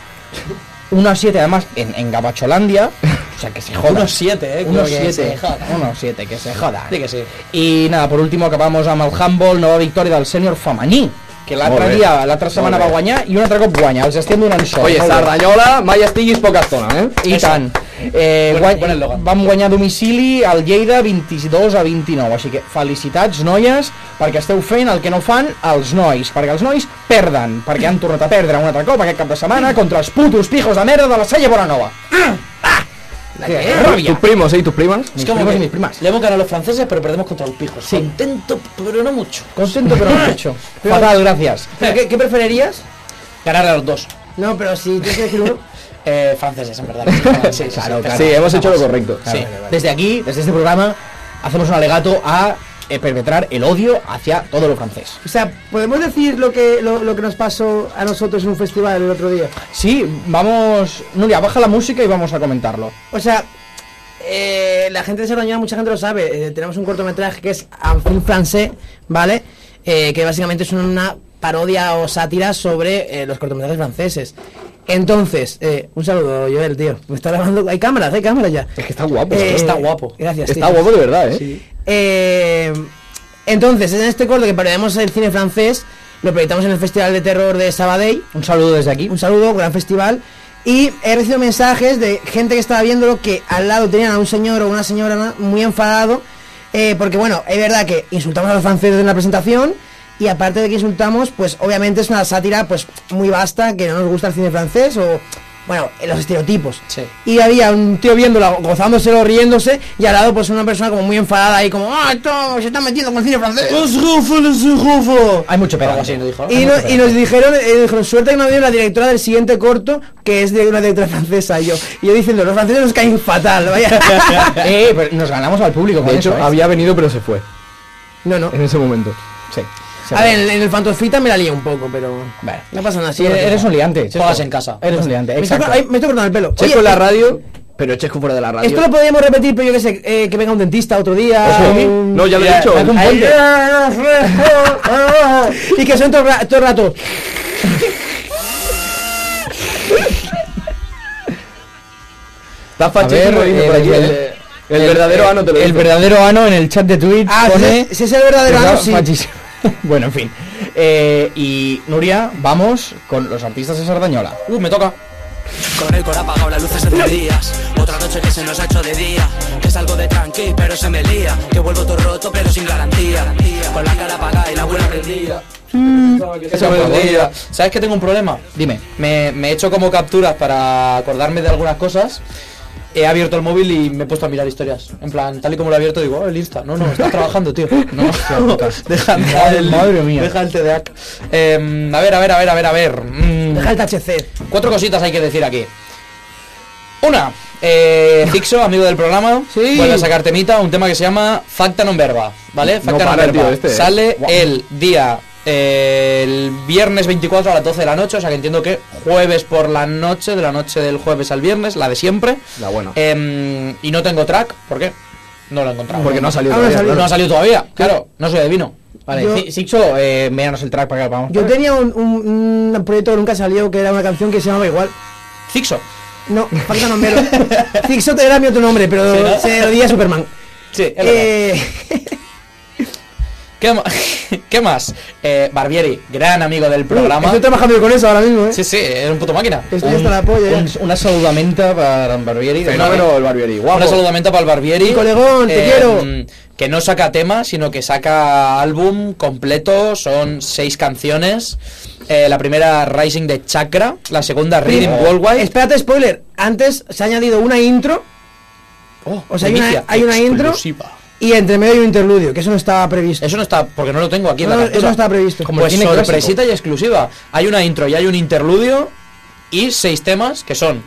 1 a 7, además, en, en Gabacholandia. O sea, que se joda. Unos 7, eh. creo que se 1-7, joda. 1-7, que se joda. Sí que sí. I nada, per últim acabamos amb el handball, nova victòria del sènior femení, que l'altre Molt bé. dia, l'altra setmana Molt va bé. guanyar i un altre cop guanya, els estem donant sort. Oye, molt bé. Sardañola, Maya Stigis, pocas zonas, ¿eh? I tant. Eh, Bon- guany, bon eslògan. vam guanyar a domicili al Lleida 22 a 29, així que felicitats, noies, perquè esteu fent el que no fan els nois, perquè els nois perden, perquè han tornat a perdre un altre cop aquest cap de setmana contra els putos pijos de merda de la Salle Bonanova. Ah! Ah! Que ràbia! Tus primos, ¿eh? Tus primas. Mis Es como primos que y mis primas. Le hemos ganado a los franceses, pero perdemos contra los pijos. Contento, pero no mucho. Ah. Contento pero no mucho. Pero- Fatal, gracias. Pero, ¿qué, qué preferirías? Ganar a los dos. No, pero si tienes que decir uno. Eh, franceses, en verdad. Sí, sí, sí, Claro, sí, claro. Sí, hemos hecho lo correcto. Sí. Desde aquí, desde este programa, hacemos un alegato a eh, perpetrar el odio hacia todo lo francés. O sea, ¿podemos decir lo que, lo, lo que nos pasó a nosotros en un festival el otro día? Sí, vamos. Nuria, baja la música y vamos a comentarlo. O sea, eh, la gente de Sardañola, mucha gente lo sabe. eh, tenemos un cortometraje que es Un film francés, ¿vale? Eh, que básicamente es una parodia o sátira sobre eh, los cortometrajes franceses. Entonces, eh, un saludo, Joel, tío. Me está grabando. Hay cámaras, hay cámaras ya. Es que está guapo. Eh, está guapo. Gracias. Está tío. guapo de verdad, ¿eh? Eh, entonces, en este corto que parodiamos el cine francés, lo proyectamos en el Festival de Terror de Sabadell. Un saludo desde aquí. Un saludo, gran festival. Y he recibido mensajes de gente que estaba viéndolo que al lado tenían a un señor o una señora na- muy enfadado. eh, porque bueno, es verdad que insultamos a los franceses en la presentación. Y aparte de que insultamos, pues obviamente es una sátira pues muy vasta, que no nos gusta el cine francés o, bueno, eh, los estereotipos. Sí. Y había un tío viéndola, gozándoselo, riéndose, y al lado pues una persona como muy enfadada ahí como, ah, esto se está metiendo con el cine francés. Hay mucho pedazo. Algo así, ¿no dijo? Y, no- y nos dijeron, eh, dijeron, suerte que no ha venido la directora del siguiente corto, que es de una directora francesa. Y yo, y yo diciendo, los franceses nos caen fatal, vaya. Eh, pero nos ganamos al público con De hecho, eso, ¿eh? había venido pero se fue No, no. en ese momento. Sí. sí. A ver, en, en el Fantofita me la lié un poco, pero. Vale. No pasa nada, sí. Sí, eres un liante. Juegas en casa. Eres un liante, me, estoy, exacto. cor- ay, me estoy cortando el pelo. Checo Oye, en la radio, pero Checo fuera de la radio. esto lo podríamos repetir, pero yo qué sé, eh, que venga un dentista otro día. Ojo. un- No, ya lo he dicho. haz un puente. y que son todo, el ra- todo el rato. Está A ver, fachísimo, dice eh, por aquí, el- ¿eh? El verdadero ano te lo El dice. verdadero ano en el chat de Twitch Ah, pone... si, es- si es el verdadero ano, Verdad, sí. fachis- bueno, en fin. Eh, y Nuria, vamos con los artistas de Sardañola. Uh, me toca. Con el cor apagado, las luces encendidas Otra noche que se nos ha hecho de día Que salgo de tranqui, pero se me lía Que vuelvo todo roto, pero sin garantía Con la cara apagada y la abuela prendida Se me olvida. ¿Sabes que tengo un problema? Dime. Me, me he hecho como capturas para acordarme de algunas cosas. He abierto el móvil y me he puesto a mirar historias. En plan, tal y como lo he abierto, digo, oh, el Insta. No, no, estás trabajando, tío. No, deja, deja Madre- el, madre mía. Deja el TDAH. Em, a ver, a ver, a ver, a ver, a ver. Mm, Deja el THC. cuatro cositas hay que decir aquí. Una, eh, Fixo, amigo del programa, vuelve a sacar temita, un tema que se llama Facta non verba, ¿vale? Facta para, tío, este, eh. Sale el día, eh, el viernes 24 a las 12 de la noche, o sea que entiendo que jueves por la noche, de la noche del jueves al viernes, la de siempre. La buena. Em, y no tengo track, ¿por qué? No lo he encontrado. Porque no ha salido Ah, no ha todavía, salido. No ha salido todavía, claro, no soy adivino. Vale, Yo- Si- Sixo, eh, míranos el track para que lo podamos Yo poner. tenía un, un- un proyecto que nunca salió, que era una canción que se llamaba igual. Fixo. No, falta nombre. Zixot era mi otro nombre, pero se lo di a Superman. Sí, es verdad. Eh, ¿Qué, ma- ¿Qué más? Eh, Barbieri, gran amigo del programa. estoy trabajando yo con eso ahora mismo, ¿eh? Sí, sí, es un puto máquina. Estoy hasta la polla este ya. Un- una saludamenta para en Barbieri. de Fenómeno el Barbieri, guapo. ¿eh? Una saludamenta para el Barbieri. Eh, mm, Mi colegón, te quiero. Que no saca tema, sino que saca álbum completo. Son seis canciones. Eh, la primera, Rising de Chakra. La segunda, Reading Worldwide. Espérate, spoiler. Antes se ha añadido una intro Oh, o sea, hay una- primicia hay una intro. exclusiva. y entre medio hay un interludio, que eso no estaba previsto. Eso no está, porque no lo tengo aquí en No, la no, captura. eso no estaba previsto. Como Como pues el cine sorpresita y exclusiva. Hay una intro y hay un interludio y seis temas que son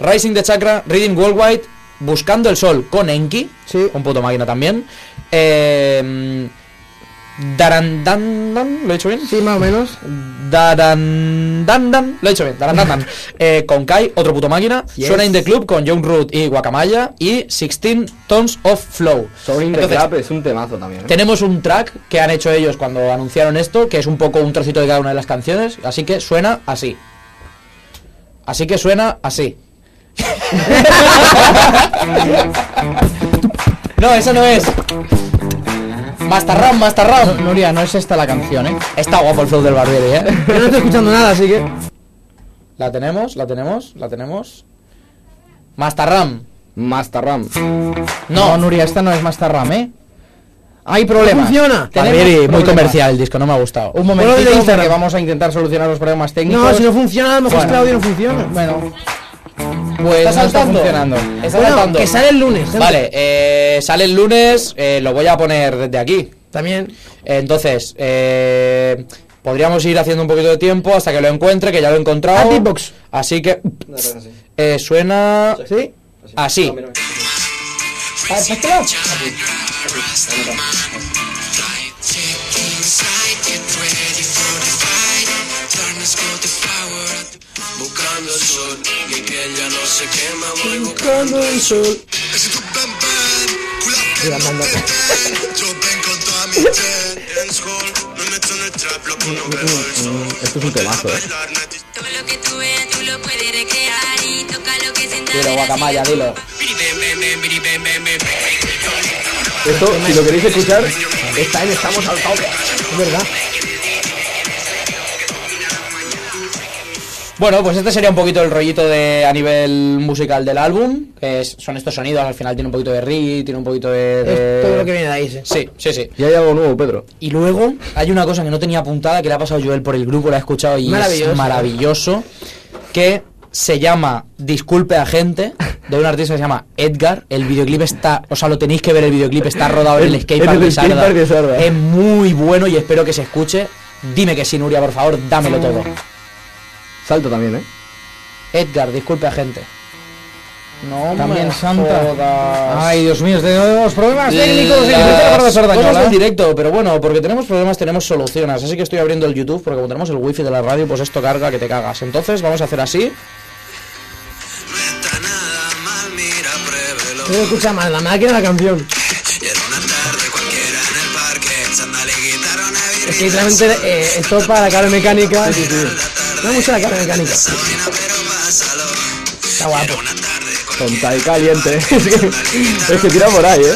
Rising the Chakra, Reading Worldwide, Buscando el Sol con Enki, Sí. un puto máquina también. Eh, Darandandan, ¿lo he hecho bien? Sí, más o menos. Darandandan, lo he hecho bien, Darandandan. eh, con Kai, otro puto máquina. Suena in the Club con Young Root y Guacamaya. Y 16 Tons of Flow. Soul in the Entonces, Club es un temazo también. ¿eh? tenemos un track que han hecho ellos cuando anunciaron esto, que es un poco un trocito de cada una de las canciones, así que suena así. Así que suena así. no, eso no es. Master Ram, Master Ram. Nuria, no es esta la canción, ¿eh? Está guapo el flow del Barbieri, ¿eh? Yo no estoy escuchando nada, así que. La tenemos, la tenemos, la tenemos. Master Ram. Mastarram. No, Nuria, esta no es más tarram, ¿eh? Hay problemas. eh, funciona? Tenemos Barbieri, muy problemas. comercial el disco, no me ha gustado. Un Ponlo momentito, de Instagram. porque vamos a intentar solucionar los problemas técnicos. No, si no funciona, a lo mejor Bueno. Claudio no funciona. Bueno. Pues no Está está saltando. funcionando. Está Bueno, saltando. que sale el lunes. gente. Vale, eh, sale el lunes, eh, lo voy a poner desde aquí. También. Entonces, eh, podríamos ir haciendo un poquito de tiempo hasta que lo encuentre, que ya lo he encontrado. Antibox. Así que No, no, sí. eh, suena ¿Sí? así. No, mira, mira. Esto es un temazo, ¿eh? Dilo, guacamaya, dilo. Esto, si lo queréis escuchar, está en Estamos al Tope. Es verdad. Bueno, pues este sería un poquito el rollito de a nivel musical del álbum. Que es- son estos sonidos, al final tiene un poquito de ri, tiene un poquito de. de- Es todo lo que viene de ahí, sí. Sí, sí, sí. Y hay algo nuevo, Pedro. Y luego hay una cosa que no tenía apuntada, que le ha pasado Joel por el grupo, la he escuchado y Maravilloso. es maravilloso, que se llama Disculpe a gente, de un artista que se llama Edgar. El videoclip está, o sea, lo tenéis que ver, el videoclip está rodado en En- el en skatepark el de Sarda. skatepark de Sarda. Es muy bueno y espero que se escuche. Dime que sí, Nuria, por favor, dámelo todo. Salto también, ¿eh? Edgar, disculpe a gente. No También me Santa. jodas. Ay, Dios mío, tenemos problemas técnicos en Las directo para Sardañola. ¿eh? cosas del directo, pero bueno, porque tenemos problemas, tenemos soluciones. Así que estoy abriendo el YouTube, porque como tenemos el wifi de la radio, pues esto carga que te cagas. Entonces vamos a hacer así. No escucha más la máquina la canción. Es que literalmente eh, esto para la cara mecánica. No mucho la cara mecánica. Está guapo. Tonta y caliente. es, que, es que tira por ahí, ¿eh?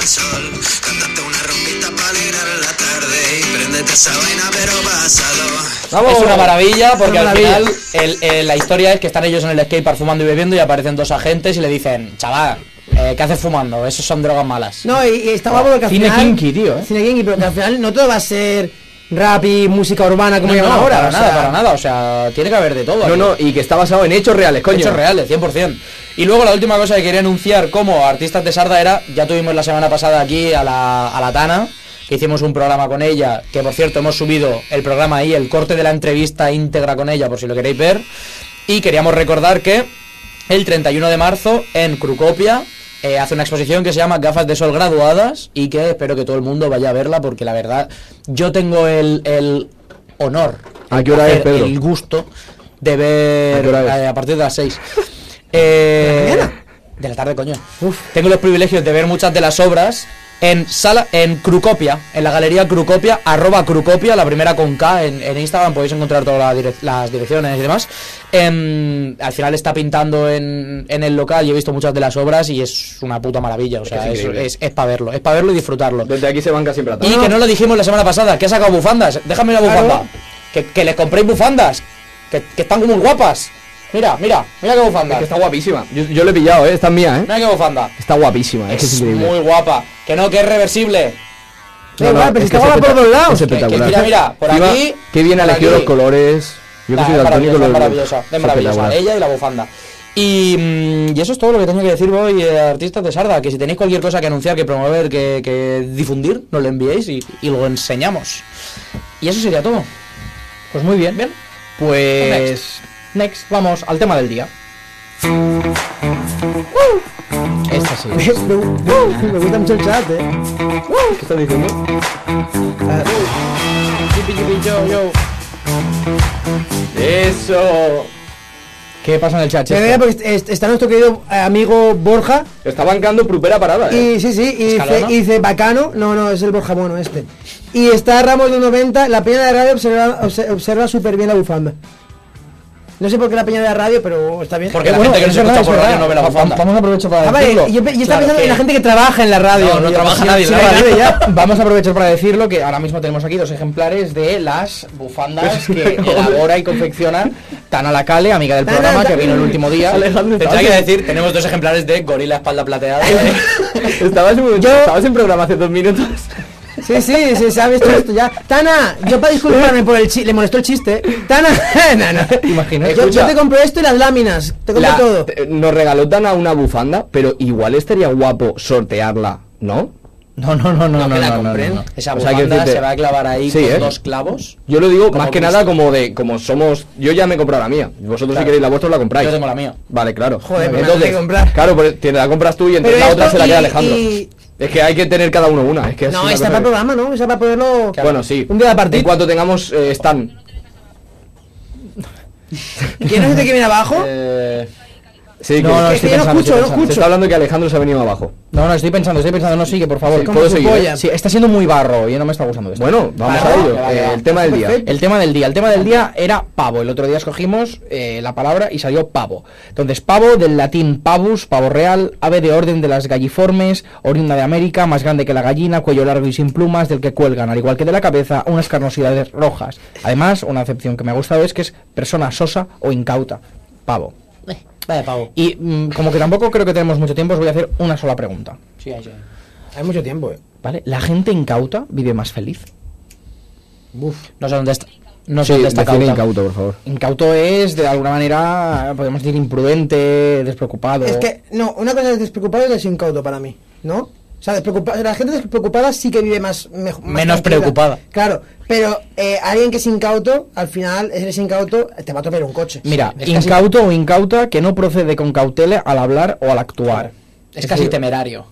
es una maravilla porque una al maravilla. final el- el- la historia es que están ellos en el skatepark fumando y bebiendo y aparecen dos agentes y le dicen, chaval, eh, ¿qué haces fumando? Esos son drogas malas. No, y, y está guapo porque al Cine final. kinky, tío, eh. Cine kinky, pero que al final no todo va a ser rap y música urbana como llaman ahora. para o nada, sea, para nada. O sea, tiene que haber de No, todo. aquí. no, y que está basado en hechos reales, coño. Hechos reales, 100%. Y luego la última cosa que quería anunciar como artistas de Sarda era, ya tuvimos la semana pasada aquí a la, a la Tana, que hicimos un programa con ella, que por cierto hemos subido el programa ahí, el corte de la entrevista íntegra con ella, por si lo queréis ver. Y queríamos recordar que el 31 de marzo en Crucopia... eh, hace una exposición que se llama Gafas de Sol Graduadas y que espero que todo el mundo vaya a verla porque la verdad yo tengo el, el honor, ¿A qué hora el es, placer, Pedro? el gusto de ver ¿A qué hora es? eh, a partir de las 6. ¿De la mañana? de la tarde, coño. Tengo los privilegios de ver muchas de las obras en sala en Crucopia, en la galería Crucopia, arroba Crucopia, la primera con K en, en Instagram, podéis encontrar todas las direc- las direcciones y demás. Em, al final está pintando en, en el local y he visto muchas de las obras y es una puta maravilla, o sea, es, increíble. para verlo, es para verlo y disfrutarlo. Desde aquí se banca siempre atrás. Y que no lo dijimos la semana pasada, que ha sacado bufandas. Déjame una bufanda. Que, que les compréis bufandas. Que, que están muy guapas. Mira, mira, mira qué bufanda. Es que está guapísima. Yo, yo lo he pillado, ¿eh? Esta es mía, ¿eh? Mira qué bufanda. Está guapísima, ¿eh? es, que es Es increíble. muy guapa. Que no, que es reversible. Da igual, pero es si que está es guapa por espectac- todos lados. Es espectacular. Que- que mira, mira, por Encima, aquí, Qué bien ha por elegido aquí. los colores. Yo que Nah, soy es daltónico maravillosa, lo es maravillosa, es maravillosa. espectacular. Ella y la bufanda. Y, mm, y eso es todo lo que tengo que decir hoy, eh, artistas de Sarda. Que si tenéis cualquier cosa que anunciar, que promover, que, que difundir, nos lo enviéis y, y lo enseñamos. Y eso sería todo. Pues muy bien. Bien. Pues. Next. Next. vamos al tema del día. Uh. Esta sí. Me, me- me gusta mucho el chat, eh. Ah, ¿Qué estás diciendo? Eso. ¿Qué pasa en el chat? Se Chesco? ve porque est- está nuestro querido eh, amigo Borja. Está bancando Prupera Parada, ¿eh? Y sí, sí, y dice, Escalona. y dice bacano. No, no, es el Borja Bueno este. Y está Ramos de 90. La peña de radio observa, obse- observa súper bien la bufanda. No sé por qué la peña de la radio, pero está bien. Eh, Porque la Bueno, gente que no es se verdad, escucha es por radio verdad. no ve la bufanda. Vamos a aprovechar para Ah, vale, decirlo. yo, pe- yo estaba Claro, pensando que- en la gente que trabaja en la radio. No, no Yo, trabaja sí, nadie en sí, la no hay radio. nadie ya. Vamos a aprovechar para decirlo que ahora mismo tenemos aquí dos ejemplares de las bufandas que elabora y confecciona Tana Lacale, amiga del programa, que vino el último día. Tendría que decir, tenemos dos ejemplares de Gorila Espalda Plateada. Estabas, en- estabas en programa hace dos minutos. Sí, sí, se sabe esto, esto ya. Tana, yo para disculparme por el chiste, le molestó el chiste. Tana, no, no. Imagínate. Yo, yo Escucha. te compro esto y las láminas, te compro La- todo. eh, nos regaló Tana una bufanda, pero igual estaría guapo sortearla, ¿no? No, no, no, no, no, que la no, no, compren. no. Esa O sea, bufanda quiero decirte- se va a clavar ahí Sí, con ¿eh? dos clavos. Yo lo digo Como más que Cristo. nada como de como somos. Yo ya me he comprado la mía. Vosotros si queréis la vuestra la compráis. Yo tengo la mía. Vale, claro. Joder, pero me la tengo entonces, que comprar. claro, pues te la compras tú y entonces Pero la otra esto se la queda y- Alejandro. y- Es que hay que tener cada uno una. Es que es No, una está cosa para que- programa, ¿no? Está para poderlo. Bueno, sí. Un día de En partido. cuanto tengamos eh, stand. ¿Quién es este que viene abajo? Eh, Sí, que- No, no, que- estoy que- pensando, estoy se pensando. está hablando que Alejandro se ha venido abajo. No, no, estoy pensando, estoy pensando, no sigue, por favor. Sí, Como puedo su seguir, polla. ¿eh? Sí, está siendo muy barro, yo no me está gustando Pues esto. Bueno, vamos a ello. Eh, el tema del día. El tema del día. El tema del día era pavo. El otro día escogimos eh, la palabra y salió pavo. Entonces, pavo del latín pavus, pavo real, ave de orden de las galliformes, oriunda de América, más grande que la gallina, cuello largo y sin plumas, del que cuelgan, al igual que de la cabeza, unas carnosidades rojas. Además, una acepción que me ha gustado es que es persona sosa o incauta. Pavo. Vaya pavo. Y mm, como que tampoco creo que tenemos mucho tiempo, os voy a hacer una sola pregunta. Sí, ahí sí. Hay mucho tiempo, eh. ¿Vale? ¿La gente incauta vive más feliz? No sé dónde está. No sé Sí, dónde está define Cauta. incauto, por favor. Incauto es, de alguna manera, podemos decir imprudente, despreocupado. Es que, no, una cosa es despreocupado y es incauto para mí, ¿no? O sea, despreocupa- la gente despreocupada sí que vive más... mejo- más Menos tranquila. preocupada. Claro, pero eh, alguien que es incauto, al final, eres incauto, te va a topar un coche. Mira, es casi- incauto o incauta que no procede con cautela al hablar o al actuar. Es casi temerario.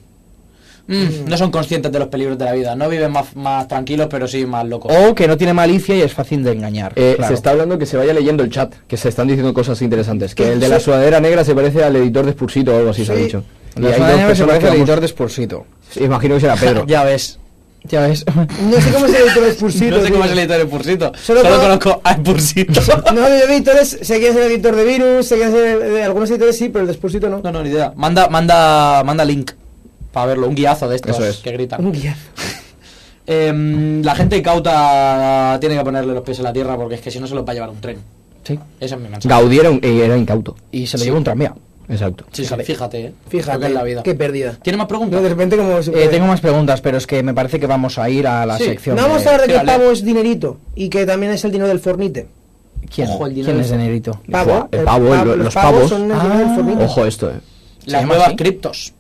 Mm, No son conscientes de los peligros de la vida. No viven más, más tranquilos, pero sí más locos. O que no tiene malicia y es fácil de engañar. Eh, claro. Se está hablando que se vaya leyendo el chat, que se están diciendo cosas interesantes. Que Sí, el de la sí. sudadera negra se parece al editor de Spursito o algo así, se ha Sí. dicho. Y La hay zona dos negra se personas parece que al vamos- editor de Spursito. Sí, Imagino que será Pedro. ya ves. Ya ves. No sé cómo se dice el Spursito, no sé cómo tío. es el editor de Pursito. Solo, Solo puedo- conozco a Pursito. No, de editores, sé que es el editor de Virus, sé que es el- de algunos editores sí, pero el de Spursito no. no, no, ni idea. Manda, manda, manda link para verlo. Un guiazo de estos Eso es. que gritan. Un guía. Em, la gente cauta tiene que ponerle los pies en la tierra porque es que si no se los va a llevar un tren. Sí. Esa es mi mensaje. Gaudí era, un- eh, era incauto. Y se lo lleva un tranvía. Exacto. Sí, sí, fíjate, eh. Lo que Fíjate, es la vida. qué pérdida. ¿Tiene más preguntas? No, de repente como... super- Eh, tengo más preguntas, pero es que me parece que vamos a ir a la Sí. sección. No vamos de- a hablar de que el Fíjale. pavo es dinerito y que también es el dinero del fornite. ¿Quién? Ojo, el dinero ¿Quién de- es Denerito? Buah, Pavo, el pavo, el- los pavos. Ah, son el dinero del fornite. Ojo esto, eh. Las llama nuevas así? criptos.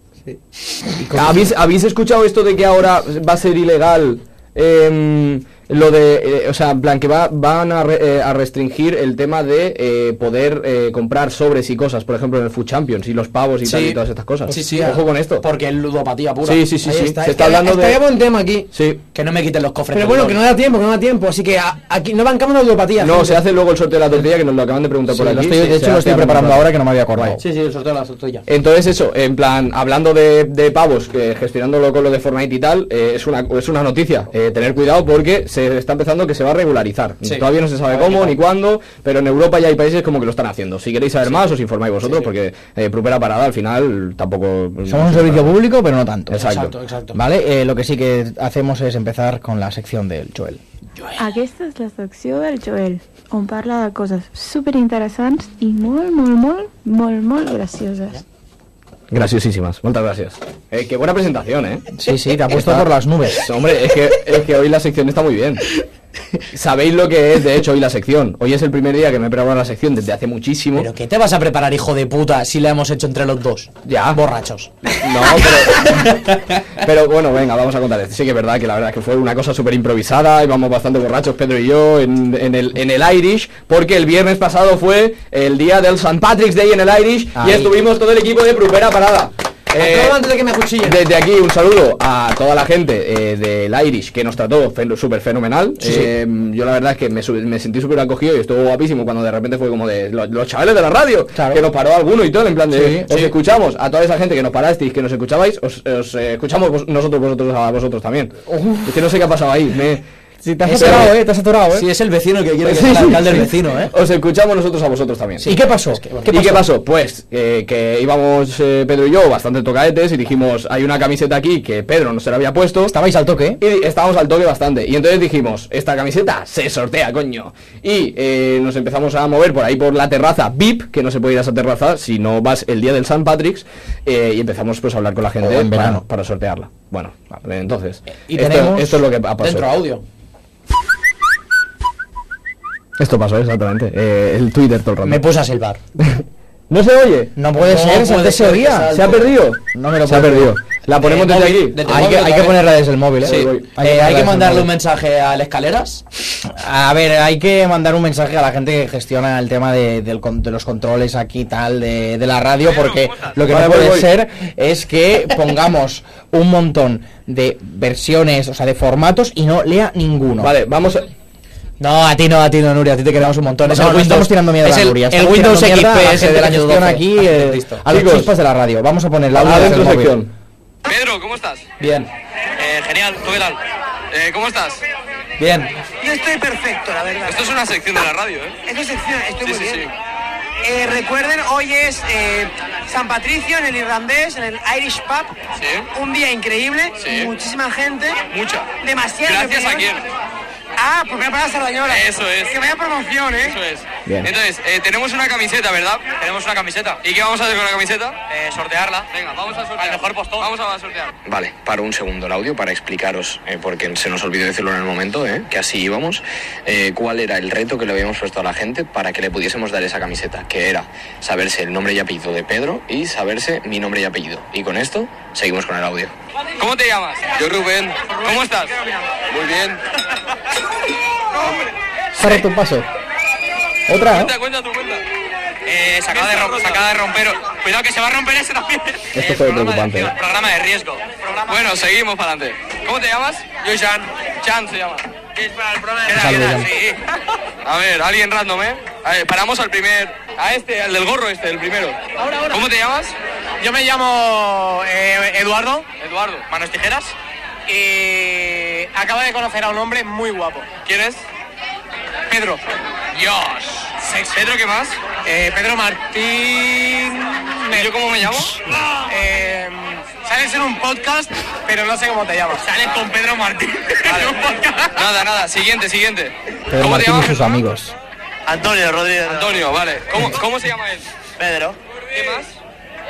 ¿Habéis, habéis escuchado esto de que ahora va a ser ilegal em, lo de... eh, o sea, en plan, que va, van a, re- eh, a restringir el tema de eh, poder eh, comprar sobres y cosas, por ejemplo, en el Food Champions y los pavos y tal y todas estas cosas. Sí, sí. Ojo con esto. Porque es ludopatía pura. Sí, sí, sí, Ahí sí. está, Se es está que hablando de... estaría buen tema aquí. Sí. Que no me quiten los cofres. Pero del bueno, que no dólar. da tiempo, que no da tiempo. Así que a- aquí no bancamos la ludopatía. No, gente. se hace luego el sorteo de la tortilla que nos lo acaban de preguntar Sí, por lo aquí. estoy- Sí, de se hecho, lo hace estoy ahora preparando mismo. ahora que no me había acordado. Vale. Sí, sí, el sorteo de la tortilla. Entonces eso, en plan, hablando de, de pavos, eh, gestionándolo con lo de Fortnite y tal, eh, es, una, es una noticia. Eh, tener cuidado porque se está empezando que se va a regularizar. Sí. Todavía no se sabe A ver qué cómo tal. ni cuándo, pero en Europa ya hay países como que lo están haciendo. Si queréis saber más, os informáis vosotros porque eh, propera parada al final tampoco... Somos un servicio público, pero no tanto. Exacto. Exacto, exacto. Vale, eh, lo que sí que hacemos es empezar con la sección del Joel. Aquesta és la secció del Joel, on parla de coses superinteressants i molt, molt, molt, molt, molt gracioses. Graciosísimas, muchas gracias. Eh, qué buena presentación, ¿eh? Sí, sí, te ha puesto Está- por las nubes. Hombre, es que, es que hoy la sección está muy bien. Sabéis lo que es, de hecho, hoy la sección. Hoy es el primer día que me he preparado la sección desde hace muchísimo. ¿Pero qué te vas a preparar, hijo de puta, si la hemos hecho entre los dos? Ya. Borrachos. No, pero, pero bueno, venga, vamos a contar esto. Sí que es verdad que la verdad es que fue una cosa súper improvisada, íbamos bastante borrachos Pedro y yo en, en el, en el Irish, porque el viernes pasado fue el día del St. Patrick's Day en el Irish Ay. y estuvimos todo el equipo de Prupera Parada. Eh, Acabo antes de que me acuchillen. desde aquí un saludo a toda la gente eh, del Irish que nos trató fen- súper fenomenal. Eh, yo la verdad es que me, su- me sentí súper acogido y estuvo guapísimo cuando de repente fue como de lo- los chavales de la radio, Claro. que nos paró alguno y todo, en plan de Sí, os sí. escuchamos, a toda esa gente que nos parasteis, que nos escuchabais, os, os, eh, escuchamos vos- nosotros vosotros a vosotros también. Es que no sé qué ha pasado ahí. me- Si te has Es atorado, el- eh, te has atorado, eh. Si es el vecino que quiere que Sí, sea el sí, alcalde el sí. vecino, eh. Os escuchamos nosotros a vosotros también. ¿Y qué pasó? ¿Y qué pasó? Pues eh, que íbamos eh, Pedro y yo bastante tocaetes y dijimos, hay una camiseta aquí que Pedro no se la había puesto. Estabais al toque, eh. Y estábamos al toque bastante. Y entonces dijimos, esta camiseta se sortea, coño. Y eh, nos empezamos a mover por ahí por la terraza VIP, que no se puede ir a esa terraza si no vas el día del San Patrick's. eh, y empezamos pues a hablar con la gente O en verano. Para, para sortearla. Bueno, vale, entonces. Eh, Y esto, tenemos esto es lo que ha pasado. Dentro audio. Esto pasó exactamente. eh, el Twitter todo el rato. Me puse a silbar. ¿No se oye? No puede No ser, puede se se ser que oía. salga. ¿Se ha perdido? No me lo Se ha puedo perdido. La ponemos Eh, desde móvil, aquí. desde Hay que, hay que ponerla desde el móvil, eh. Sí. voy. Eh, hay ponerla que desde mandarle el un móvil. mensaje al escaleras. A ver, hay que mandar un mensaje a la gente que gestiona el tema de, del con- de los controles aquí tal de, de la radio, porque lo que Vale, no voy, puede voy. ser es que pongamos un montón de versiones, o sea, de formatos y no lea ninguno. Vale, vamos a... No, a ti no, a ti no, Nuria, a ti te queremos un montón. No, no, no estamos tirando mierda es a el, Nuria, el estamos Windows tirando mierda a la XP ese gente del que año Ah, 12. gestiona aquí eh, a los Chicos. chispas de la radio. Vamos a poner la audio desde el Adentro móvil. sección. Pedro, ¿cómo estás? Bien, Eh, genial, tú verás. Eh, ¿Cómo estás? bien. Yo estoy perfecto, la verdad. Esto es una sección de la radio, ¿eh? Esto es sección, estoy Sí, muy sí, bien. Eh, recuerden, hoy es eh, San Patricio en el irlandés, en el Irish Pub. Sí. Un día increíble, Sí. muchísima gente. Mucha. Demasiada. Eh. Gracias a opinión. quién. Ah, pues voy a parar a Sardañola. Eso es. Que vaya promoción, ¿eh? Eso es. Bien. Entonces, eh, tenemos una camiseta, ¿verdad? Tenemos una camiseta. ¿Y qué vamos a hacer con la camiseta? sortearla. Venga, vamos a sortear. Al mejor postor. Vamos a sortear. Vale, paro un segundo el audio para explicaros, eh, porque se nos olvidó decirlo en el momento, eh, que así íbamos, eh, cuál era el reto que le habíamos puesto a la gente para que le pudiésemos dar esa camiseta, que era saberse el nombre y apellido de Pedro y saberse mi nombre y apellido. Y con esto, seguimos con el audio. ¿Cómo te llamas? Yo Rubén. ¿Cómo estás? Muy bien. Para tu paso. Otra, ¿eh? cuenta tu cuenta. Eh, se acaba de, rom- se acaba de romper. Cuidado que se va a romper ese también. Esto fue preocupante. ¿eh? Programa de riesgo. Bueno, seguimos para adelante. ¿Cómo te llamas? Yo Jan. Jan se llama. Es para el programa de sí. A ver, alguien random, ¿eh? A ver, paramos al primer. A este, al del gorro este, el primero. Ahora, ahora. ¿Cómo te llamas? Yo me llamo eh, Eduardo. Eduardo. ¿Manos tijeras? Y acabo de conocer a un hombre muy guapo. ¿Quién es? Pedro. Dios. ¿Pedro qué más? Pedro Martín. ¿Yo cómo me llamo? Eh, sales en un podcast, pero no sé cómo te llamas. Sales con Pedro Martín. Nada, nada. Siguiente, siguiente. Pedro Martín y sus amigos. Antonio Rodríguez. Antonio, vale. ¿Cómo, cómo se llama él? Pedro. ¿Qué más?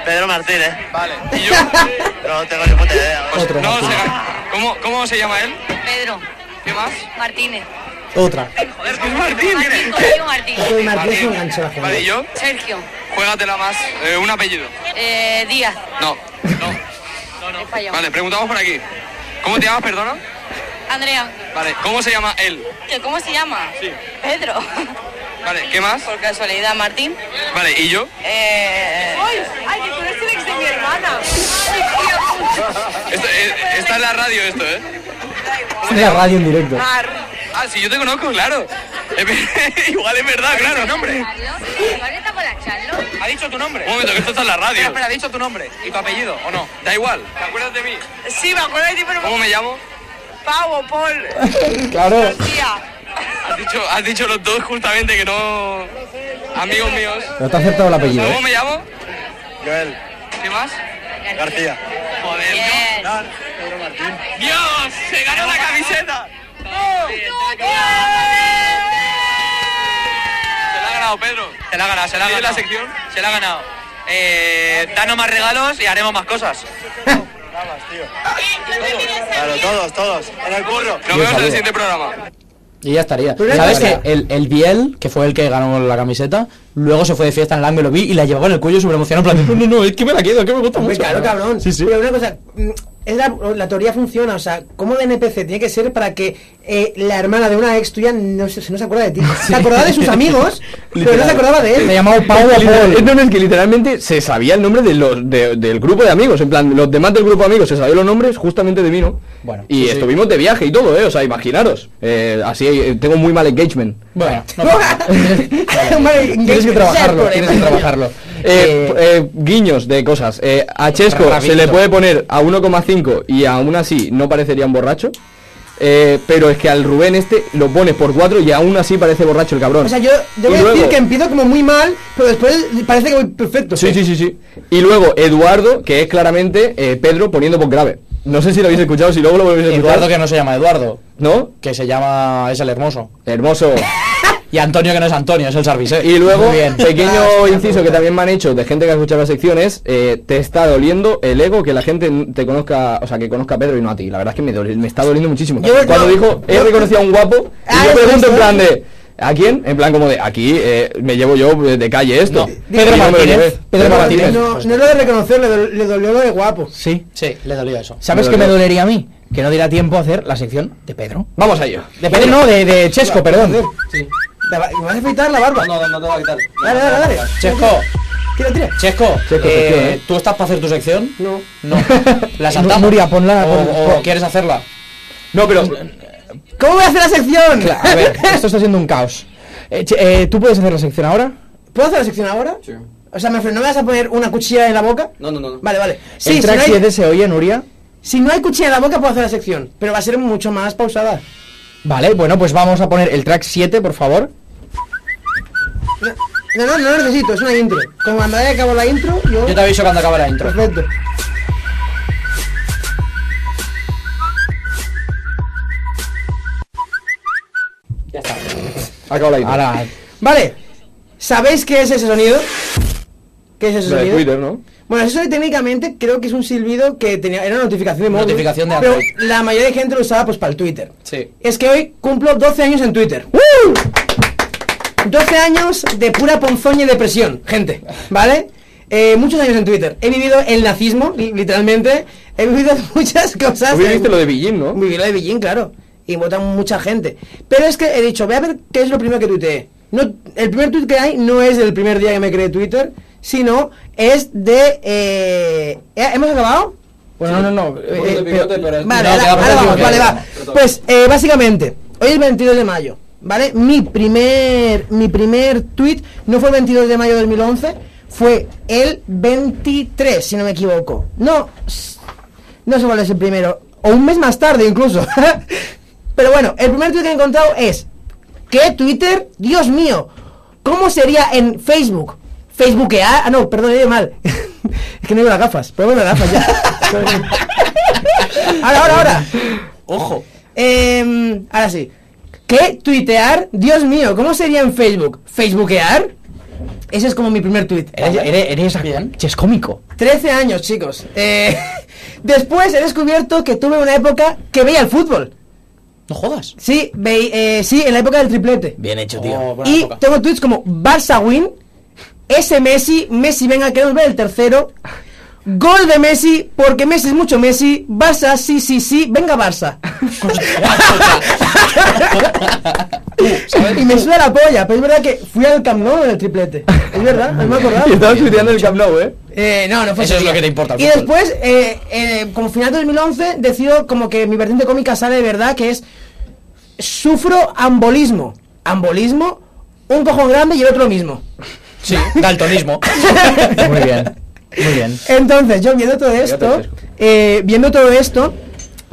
Pedro Martínez. Vale. ¿Y yo? No tengo ni puta idea. Pues, no, se, ¿cómo, ¿Cómo se llama él? Pedro ¿Qué más? Martínez. Otra. Joder, pues Martín. Martínez. Soy Martínez un gancho la Vale, gente. ¿y yo? Sergio. Juégatela más. Eh, un apellido. Díaz. No, no. Vale, preguntamos por aquí. ¿Cómo te llamas, perdona? Andrea, Vale, ¿cómo se llama él? ¿cómo se llama? Sí. Pedro. Vale, ¿qué más? Por casualidad, Martín. Vale, ¿y yo? Eh... ¡Ay, que tú eres el ex de mi hermana! Esto, eh, está en la radio esto, ¿eh? Es la radio en directo. Ah, sí, yo te conozco, claro. Es ver- Igual es verdad, claro. nombre? ¿Ha dicho tu nombre? Un momento, que esto está en la radio. ¿ha dicho tu nombre? ¿Y tu apellido o no? Da igual. ¿Te acuerdas de mí? Sí, me acuerdo de ti, pero... ¿Cómo me llamo? Pavo, Paul, Claro. tía. Has dicho, has dicho los dos justamente que no... Amigos míos. Pero te ha aceptado el apellido. ¿Cómo ¿eh? me llamo? Joel, ¿Qué más? García. Joder, ¡Dios! ¡Se ganó la camiseta! Se la ha ganado, Pedro. Se la ha ganado, se la ha ¿Sigue ganado. la sección? Se la ha ganado. Eh, danos más regalos y haremos más cosas. Claro, todos, todos. En el curro. Nos vemos en el siguiente programa. Y ya estaría. Pero no ¿Sabes es que verdad. el, el Biel, que fue el que ganó la camiseta, luego se fue de fiesta en el y lo vi y la llevaba en el cuello súper emocionado. En plan, no, no, no, es que me la quedo, que me gusta Hombre, mucho. claro, cabrón. Sí, sí. Pero una cosa, mm, es la, la teoría funciona, o sea, ¿cómo de NPC tiene que ser para que eh, la hermana de una ex tuya no se, no se acuerda de ti? Se acordaba de sus amigos, pero no se acordaba de él. Se llamaba Pau Es que literal- Paul. no, no, es que literalmente se sabía el nombre de los, de- del grupo de amigos. En plan, los demás del grupo de amigos se sabían los nombres justamente de mí, ¿no? Bueno, y estuvimos de viaje y todo, ¿eh? O sea, imaginaros. Eh, así eh, tengo muy mal engagement. Bueno, no pasa nada. Vale, Tienes que trabajarlo, tienes que trabajarlo. Eh, Eh, eh, guiños de cosas. Eh, a Chesco se Rapidito. le puede poner a 1,5 y aún así no parecería un borracho. Eh, pero es que al Rubén este lo pones por cuatro y aún así parece borracho el cabrón. O sea, yo debo Y decir luego- que empiezo como muy mal, pero después parece que voy perfecto. Sí, sí, sí, sí. Y luego Eduardo, que es claramente eh, Pedro poniendo voz grave. No sé si lo habéis escuchado, si luego lo volvéis a escuchar. Eduardo que no se llama Eduardo. ¿No? Que se llama. es el hermoso. Hermoso. y Antonio que no es Antonio, es el Sarvisé. Y luego, Muy bien. pequeño inciso que también me han hecho de gente que ha escuchado las secciones, eh, te está doliendo el ego que la gente te conozca, o sea, que conozca a Pedro y no a ti. La verdad es que me, doli- me está doliendo muchísimo. Cuando dijo, he reconocido a un guapo, y yo pregunto en plan de, ¿a quién? En plan como de, aquí eh, me llevo yo eh, de calle esto. Pedro Y yo me lo Martínez, llevé. Pedro Martínez. No, no es lo de reconocer, le, dol- le dolió lo de guapo. Sí. Sí, le dolió eso. ¿Sabes qué me dolería a mí? Que no diera tiempo a hacer la sección de Pedro. Vamos a ello. De Pedro, no, de, de Chesco, perdón. Te va- me vas a afeitar la barba. No, no, no te va a quitar. Dale, dale, dale. Chesco. Tira, tira. Chesco, Chesco, eh, sección, ¿eh? ¿tú estás para hacer tu sección? No. No. ¿La saltamos? Nuria, ponla- ¿O, pon- o pon- quieres hacerla? No, pero. ¿Cómo voy a hacer la sección? Claro, a ver, esto está siendo un caos. Eh, che- eh, ¿Tú puedes hacer la sección ahora? ¿Puedo hacer la sección ahora? Sí. O sea, me refiero, ¿no me vas a poner una cuchilla en la boca? No, no, no. no. Vale, vale. El Sí, si no, track hay, 7 se oye, Nuria. si no hay cuchilla en la boca, puedo hacer la sección. Pero va a ser mucho más pausada. Vale, bueno, pues vamos a poner el track 7, por favor. No, no, no lo necesito, es una intro. Como cuando haya acabado la intro, yo. Yo te aviso cuando acabe la intro. Perfecto. Acabo la idea. Ahora, Vale. ¿Sabéis qué es ese sonido? ¿Qué es ese Lo de sonido? Twitter, ¿no? Bueno, eso técnicamente creo que es un silbido que tenía, era una notificación de móvil. Notificación de pero Android. la mayoría de gente lo usaba pues para el Twitter. Sí. Es que hoy cumplo 12 años en Twitter. ¡Uh! 12 años de pura ponzoña y depresión, gente, ¿vale? Eh, muchos años en Twitter. He vivido el nazismo, li- literalmente. He vivido muchas cosas. Tú viviste lo de Beijing, ¿no? Viví lo de Beijing, claro. Y votan mucha gente. Pero es que he dicho, voy a ver qué es lo primero que tuiteé. No, el primer tuit que hay no es del primer día que me creé Twitter, sino es de... eh, ¿eh, ¿Hemos acabado? bueno, no, no, no. eh, Ponte eh, bigote, pero- pero es- Vale, No, ahora, queda ahora perfecto, vamos, queda vale, va. perfecto. Pues eh, básicamente, hoy es el 22 de mayo, ¿vale? Mi primer, mi primer tweet no fue el 22 de mayo de 2011, fue el 23, si no me equivoco. No, s- no sé cuál es el primero, o un mes más tarde incluso. Pero bueno, el primer tweet que he encontrado es, ¿qué Twitter? Dios mío, ¿cómo sería en Facebook? Facebookear, ah no, perdón, he ido mal. es que no veo las gafas, pero bueno, las gafas ya. Ahora, ahora, ahora. Ojo. Em, ahora sí. ¿Qué? ¿Tuitear? Dios mío, ¿cómo sería en Facebook? ¿Facebookear? Ese es como mi primer tweet. Eres, eres, eres cómico. 13 años, chicos. Eh, después he descubierto que tuve una época que veía el fútbol. No jodas. Sí, ve- eh, sí, en la época del triplete. Bien hecho, Oh, buena Y época. tengo tweets como Barça win, ese Messi, Messi venga, queremos ver el tercero. Gol de Messi, porque Messi es mucho Messi. Barça, sí, sí, sí, venga Barça. y me suena la polla, pero es verdad que fui al Camp Nou en el triplete. Es verdad, no me acordaba. Y estabas tuiteando el Camp Nou, ¿eh? Eh, no, no fue Eso ese es lo día. que te importa, el Y fútbol. después, eh, eh, como final de 2011, decido como que mi vertiente cómica sale de verdad, que es sufro ambolismo. Ambolismo, un cojón grande y el otro lo mismo. Sí, daltonismo. Muy bien, muy bien. Entonces, yo viendo todo te esto, refresco. eh, viendo todo esto,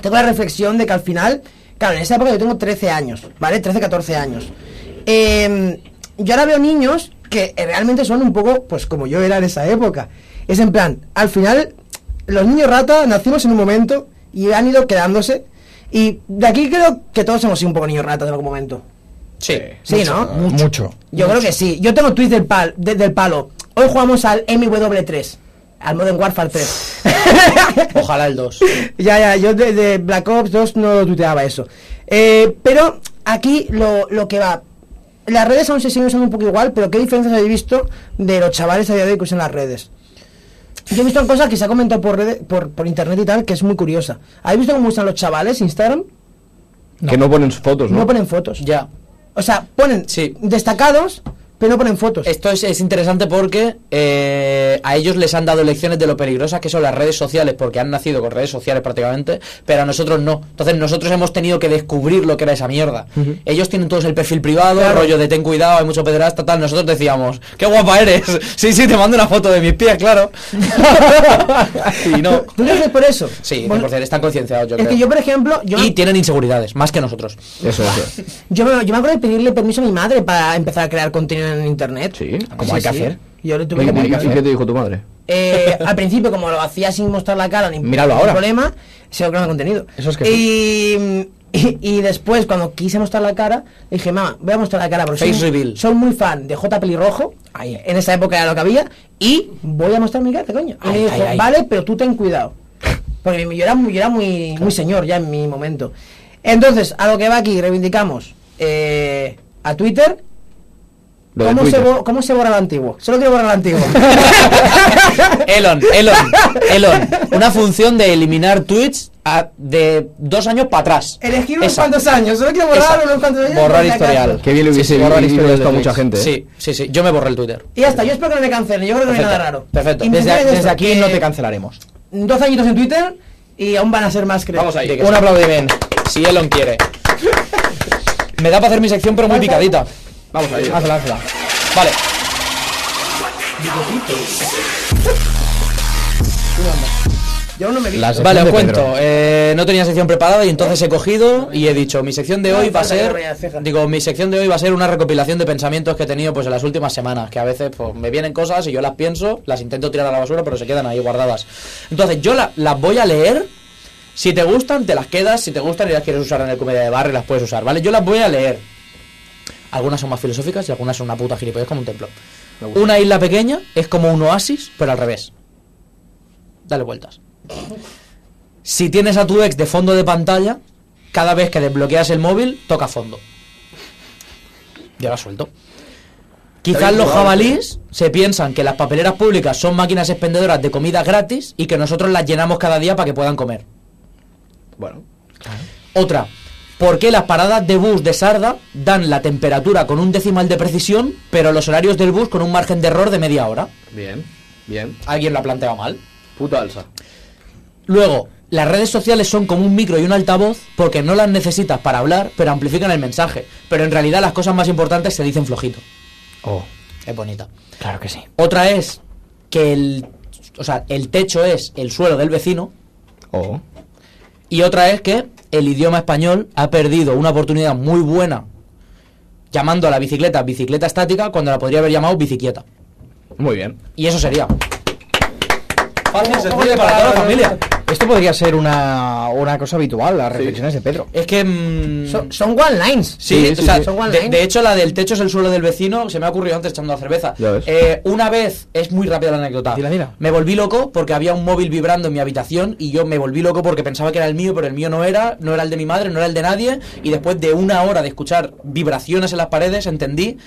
tengo la reflexión de que al final, claro, en esa época yo tengo 13 años, ¿vale? 13, 14 años. Eh, yo ahora veo niños que eh, realmente son un poco, pues como yo era en esa época. Es en plan, al final, los niños rata nacimos en un momento y han ido quedándose. Y de aquí creo que todos hemos sido un poco niños ratas en algún momento. Sí. Sí, ¿no? Mucho. Yo creo que sí. Yo tengo tweets del, pal, de- del palo. Hoy jugamos al MW3. Al Modern Warfare 3. Ojalá el 2. ya, ya, yo desde Black Ops 2 no tuiteaba eso. Eh, pero aquí lo, lo que va. Las redes aún se siguen usando un poco igual, pero ¿qué diferencias habéis visto de los chavales a día de hoy que usan las redes? Yo he visto cosas que se ha comentado por, redes- por, por internet y tal, que es muy curiosa. ¿Habéis visto cómo usan los chavales Instagram? Que no ponen sus fotos, ¿no? No ponen fotos. Ya. O sea, ponen Sí. destacados, pero no ponen fotos. Esto es, es interesante porque eh, a ellos les han dado lecciones de lo peligrosas que son las redes sociales, porque han nacido con redes sociales prácticamente, pero a nosotros no. Entonces nosotros hemos tenido que descubrir lo que era esa mierda. Ujú. Ellos tienen todos el perfil privado, rollo de ten cuidado, hay mucho pederasta, tal. Nosotros decíamos, qué guapa eres. Sí, sí, te mando una foto de mis pies, claro. y no. ¿Tú crees que es por eso? Sí, Bueno, 100%, están concienciados, yo es creo. que yo, por ejemplo, yo, Y tienen inseguridades, más que nosotros. Eso es. yo, me, yo me acuerdo de pedirle permiso a mi madre para empezar a crear contenido en internet. Ah, Sí, como hay que hacer. Yo le tuve ¿Y que qué- pedir y qué te dijo tu madre? Eh, al principio, como lo hacía sin mostrar la cara, ni Míralo ningún ahora. problema, se lo creaba contenido. Eso es que y, y, y después, cuando quise mostrar la cara, dije, mamá, voy a mostrar la cara, porque Face soy, reveal. soy muy fan de J. Pelirrojo, en esa época era lo que había, y voy a mostrar mi cara, coño. Y me Ay, dijo, ay, ay. vale, pero tú ten cuidado. Porque yo era, muy, yo era muy, muy señor ya en mi momento. Entonces, a lo que va aquí, reivindicamos eh, a Twitter. Lo de ¿Cómo se, Twitter. bo- ¿Cómo se borra el antiguo? Solo quiero borrar el antiguo. Elon, Elon, Elon. Una función de eliminar tweets a- de dos años para atrás. Elegir unos Esa. cuantos años, solo quiero borrar Esa. unos cuantos años. Borrar por si acaso. historial. Qué bien le Sí, hubiese sí, borrar ido historial esto a de mucha tweets. gente, ¿eh? Sí, sí, sí. Yo me borré el Twitter. Y ya está, yo espero que no me cancelen, yo creo que no hay nada raro. perfecto. Y me Desde- centraré en desde esto, aquí que no te cancelaremos. Dos añitos en Twitter y aún van a ser más, creo. Vamos ahí. Un aplaudimiento. Si Elon quiere. Me da para hacer mi sección, pero muy picadita. Vamos a ello. Hazla, hazla. Vale. Yo aún no me vi. La sección Vale, os de cuento. Pedro. Eh, no tenía sección preparada y entonces he cogido y he dicho, mi sección de No, hoy va a falta que ser... no vaya, ceja. Digo, mi sección de hoy va a ser una recopilación de pensamientos que he tenido pues en las últimas semanas, que a veces pues, me vienen cosas y yo las pienso, las intento tirar a la basura, pero se quedan ahí guardadas. Entonces, yo la- las voy a leer. Si te gustan, te las quedas. Si te gustan y las quieres usar en el comedia de barrio, las puedes usar, ¿vale? Yo las voy a leer. Algunas son más filosóficas y algunas son una puta gilipollas como un templo. Una isla pequeña es como un oasis, pero al revés. Dale vueltas. Si tienes a tu ex de fondo de pantalla, cada vez que desbloqueas el móvil, toca fondo. Ya lo suelto. Quizás los jabalíes se piensan que las papeleras públicas son máquinas expendedoras de comida gratis y que nosotros las llenamos cada día para que puedan comer. Bueno. Otra, ¿por qué las paradas de bus de Sarda dan la temperatura con un decimal de precisión, pero los horarios del bus con un margen de error de media hora? Bien, bien. ¿Alguien lo ha planteado mal? Puta alza. Luego, las redes sociales son como un micro y un altavoz porque no las necesitas para hablar, pero amplifican el mensaje. Pero en realidad las cosas más importantes se dicen flojito. Oh. Es bonita. Claro que sí. Otra es que el, o sea, el techo es el suelo del vecino Oh. y otra es que el idioma español ha perdido una oportunidad muy buena llamando a la bicicleta bicicleta estática cuando la podría haber llamado bicicleta. Muy bien. Y eso sería. Fácil, sencillo oye, para toda la para- familia. Esto podría ser una, una cosa habitual, las reflexiones de Pedro. Es que... mm, Son, son one lines. Sí, o sea, ¿eh? Son one de, line. de hecho la del techo es el suelo del vecino, se me ha ocurrido antes echando la cerveza. Ya ves. Eh, una vez, es muy rápida la anécdota, Dila, dila. me volví loco porque había un móvil vibrando en mi habitación y yo me volví loco porque pensaba que era el mío, pero el mío no era, no era el de mi madre, no era el de nadie y después de una hora de escuchar vibraciones en las paredes entendí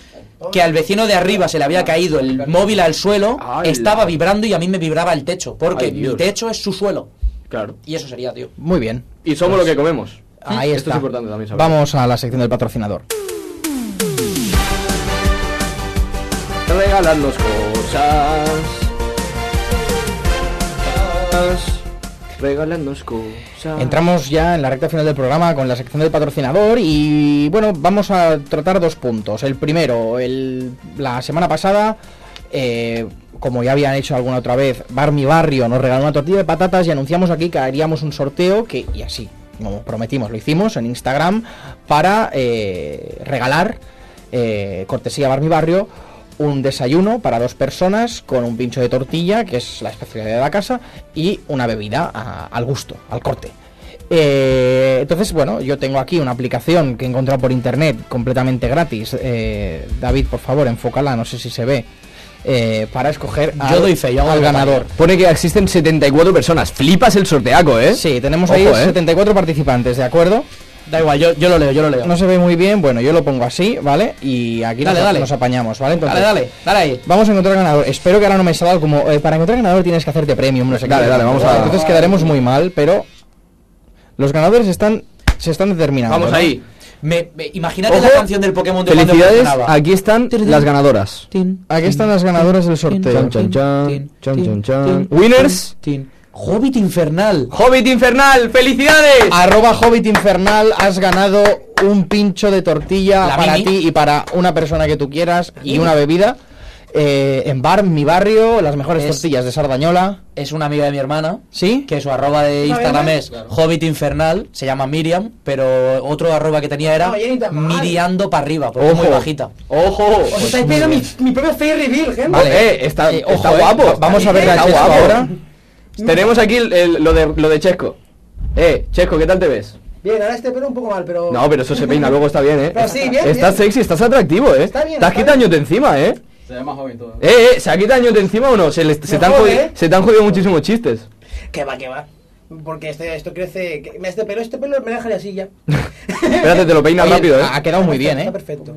que al vecino de arriba se le había caído el móvil al suelo, ¡Hala! estaba vibrando y a mí me vibraba el techo, porque Ay, mi Dios. techo es su suelo. Claro. Y eso sería, tío. Muy bien. Y somos lo que comemos. Ahí Esto está. es importante también saber. Vamos a la sección del patrocinador. Regalarnos cosas. Regalarnos cosas. Entramos ya en la recta final del programa con la sección del patrocinador y bueno, vamos a tratar dos puntos. El primero, el, la semana pasada, eh, como ya habían hecho alguna otra vez, Bar Mi Barrio nos regaló una tortilla de patatas y anunciamos aquí que haríamos un sorteo que, y así, como prometimos, lo hicimos en Instagram para eh, regalar, eh, cortesía Bar Mi Barrio, un desayuno para dos personas con un pincho de tortilla, que es la especialidad de la casa, y una bebida a- al gusto, al corte. Eh, entonces, bueno, yo tengo aquí una aplicación que he encontrado por internet completamente gratis. Eh, David, por favor, enfócala, no sé si se ve. eh, para escoger Yo al, doy fe, yo hago al lo que ganador. Pone que existen 74 personas. Flipas el sorteaco, ¿eh? Sí, tenemos Ojo, ahí ¿eh? 74 participantes, ¿de acuerdo? Da igual, yo, yo lo leo, yo lo leo. No se ve muy bien, bueno, yo lo pongo así, ¿vale? Y aquí Dale, nos, dale. nos apañamos, ¿vale? dale, dale, dale ahí. Vamos a encontrar ganador. Espero que ahora no me salga como eh, para encontrar ganador tienes que hacerte premium, no sé qué. Dale, dale, vamos a- Entonces quedaremos muy mal, pero los ganadores están se están determinando. Vamos ¿no? ahí. Me, me- imagínate Ah, Ojo. la canción del Pokémon de cuando Felicidades, funcionaba. aquí están las ganadoras. Aquí están las ganadoras del sorteo. Chan, chan, chan, chan, chan, chan. tin, Winners. Hobbit Infernal. Hobbit Infernal, felicidades. Arroba Hobbit Infernal, has ganado un pincho de tortilla La para mini. ti y para una persona que tú quieras y una bebida. Eh, en bar, mi barrio, las mejores Es- tortillas de Sardañola. Es una amiga de mi hermana. ¿Sí? Que su arroba de Instagram es Hobbit Infernal. Se llama Miriam. Pero otro arroba que tenía era No, oye, ni tan mal. Miriando para arriba. Porque es muy Ojo. bajita. Ojo. Os estáis pidiendo mi, mi propio Fairy Reveal, gente. Vale, eh, está, Eh, está ojo, eh. guapo. Va- vamos a ver Está la Chesco guapo. ahora. Tenemos aquí el- el- lo, de, lo de Chesco. Eh, Chesco, ¿qué tal te ves? Bien, ahora este pelo un poco mal, pero. No, pero eso se peina, luego está bien, eh. Pero sí, bien, estás bien. sexy, estás atractivo, eh. Está bien, te has está quitado años de encima, eh. Se ve más joven todo. Eh, eh, ¿se ha quitado años de encima o no? Se, le- se, te, han jode, jodido, eh. se te han jodido muchísimos chistes. Que va, que va. Porque este, esto crece. que- Este pelo, este pelo me lo dejaré así ya. Espérate, te lo peinas Oye, rápido, eh. Ha quedado muy bien, Está ¿eh? perfecto.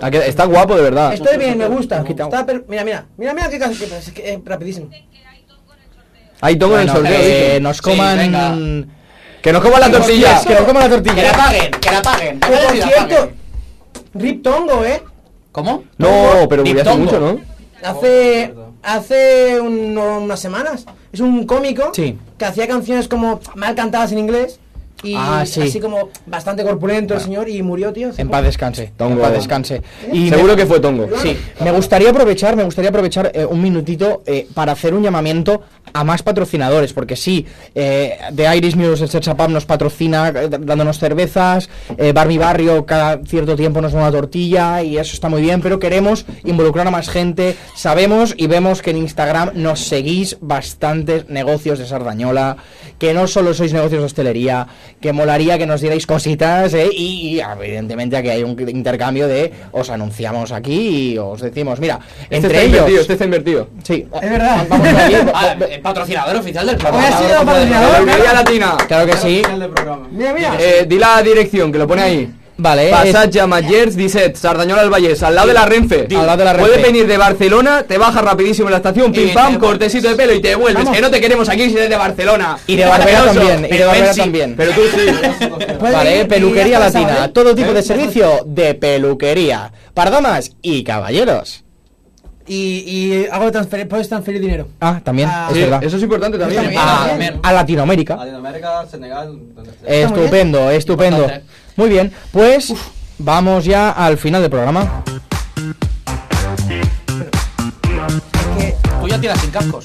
Ha quedado- Está guapo, de verdad. Estoy bien, me gusta. Está per- Mira, mira, mira, mira qué caso que es que es rapidísimo. Ahí toco en el Bueno, sorteo. eh, dice. nos Sí, coman... venga. Que nos coman la tortilla. que nos coman la Que la tortilla. paguen. Que la paguen. Que, por cierto, Rip Tongo, ¿eh? ¿Cómo? No, pero murió hace Diptongo. mucho, ¿no? Hace, hace uno- unas semanas. Es un cómico Sí. que hacía canciones como mal cantadas en inglés. Y Ah, sí. así como bastante corpulento el señor y murió, tío. hace En poco. paz descanse. Tongo. En paz descanse. Y Seguro me- que fue Tongo. Este Sí, me gustaría aprovechar, me gustaría aprovechar eh, un minutito eh, para hacer un llamamiento a más patrocinadores, porque sí, eh, The Iris Muse, el Search Pub nos patrocina eh, dándonos cervezas, eh, Bar Mi Barrio cada cierto tiempo nos da una tortilla y eso está muy bien, pero queremos involucrar a más gente, sabemos y vemos que en Instagram nos seguís bastantes negocios de Sardañola, que no solo sois negocios de hostelería, que molaría que nos dierais cositas, ¿eh? y, y evidentemente aquí hay un intercambio de os anunciamos aquí y os decimos, mira, Este entre está ellos. invertido, este está invertido. Sí, Es verdad. vamos a ir- Ah, eh, patrocinador oficial del programa. Hoy ha sido La patrocinador. Almería Latina. claro que sí. Final del programa. Mira, mira. Eh, di la dirección, que lo pone ahí. Eh, Vale, es- Passatge a Magers 17, Sardañola al Vallès, al lado de la Renfe. Al lado de la Renfe. Puedes venir de Barcelona, te bajas rapidísimo en la estación, pim Y pam, te- cortecito de pelo y te devuelves. Vamos. Que no te queremos aquí si eres de Barcelona. Y de Barbera Asqueroso. también, y de Pero Barbera ven, sí. también. Pero tú sí. Puedes Vale, venir y peluquería ya está, ¿eh? latina, ¿sabes? todo tipo de servicio de peluquería para damas y caballeros. Y, y hago transferir, puedes transferir dinero. Ah, también, Ah, es Sí, verdad. Eh, Eso es importante también. Ah, Está a, muy bien. a Latinoamérica. Latinoamérica, Senegal, donde sea. ¿Ah? Eh, Ah, muy Estupendo, estupendo. Importante. Muy bien, pues vamos ya al final del programa. Tú ya tiras sin cascos.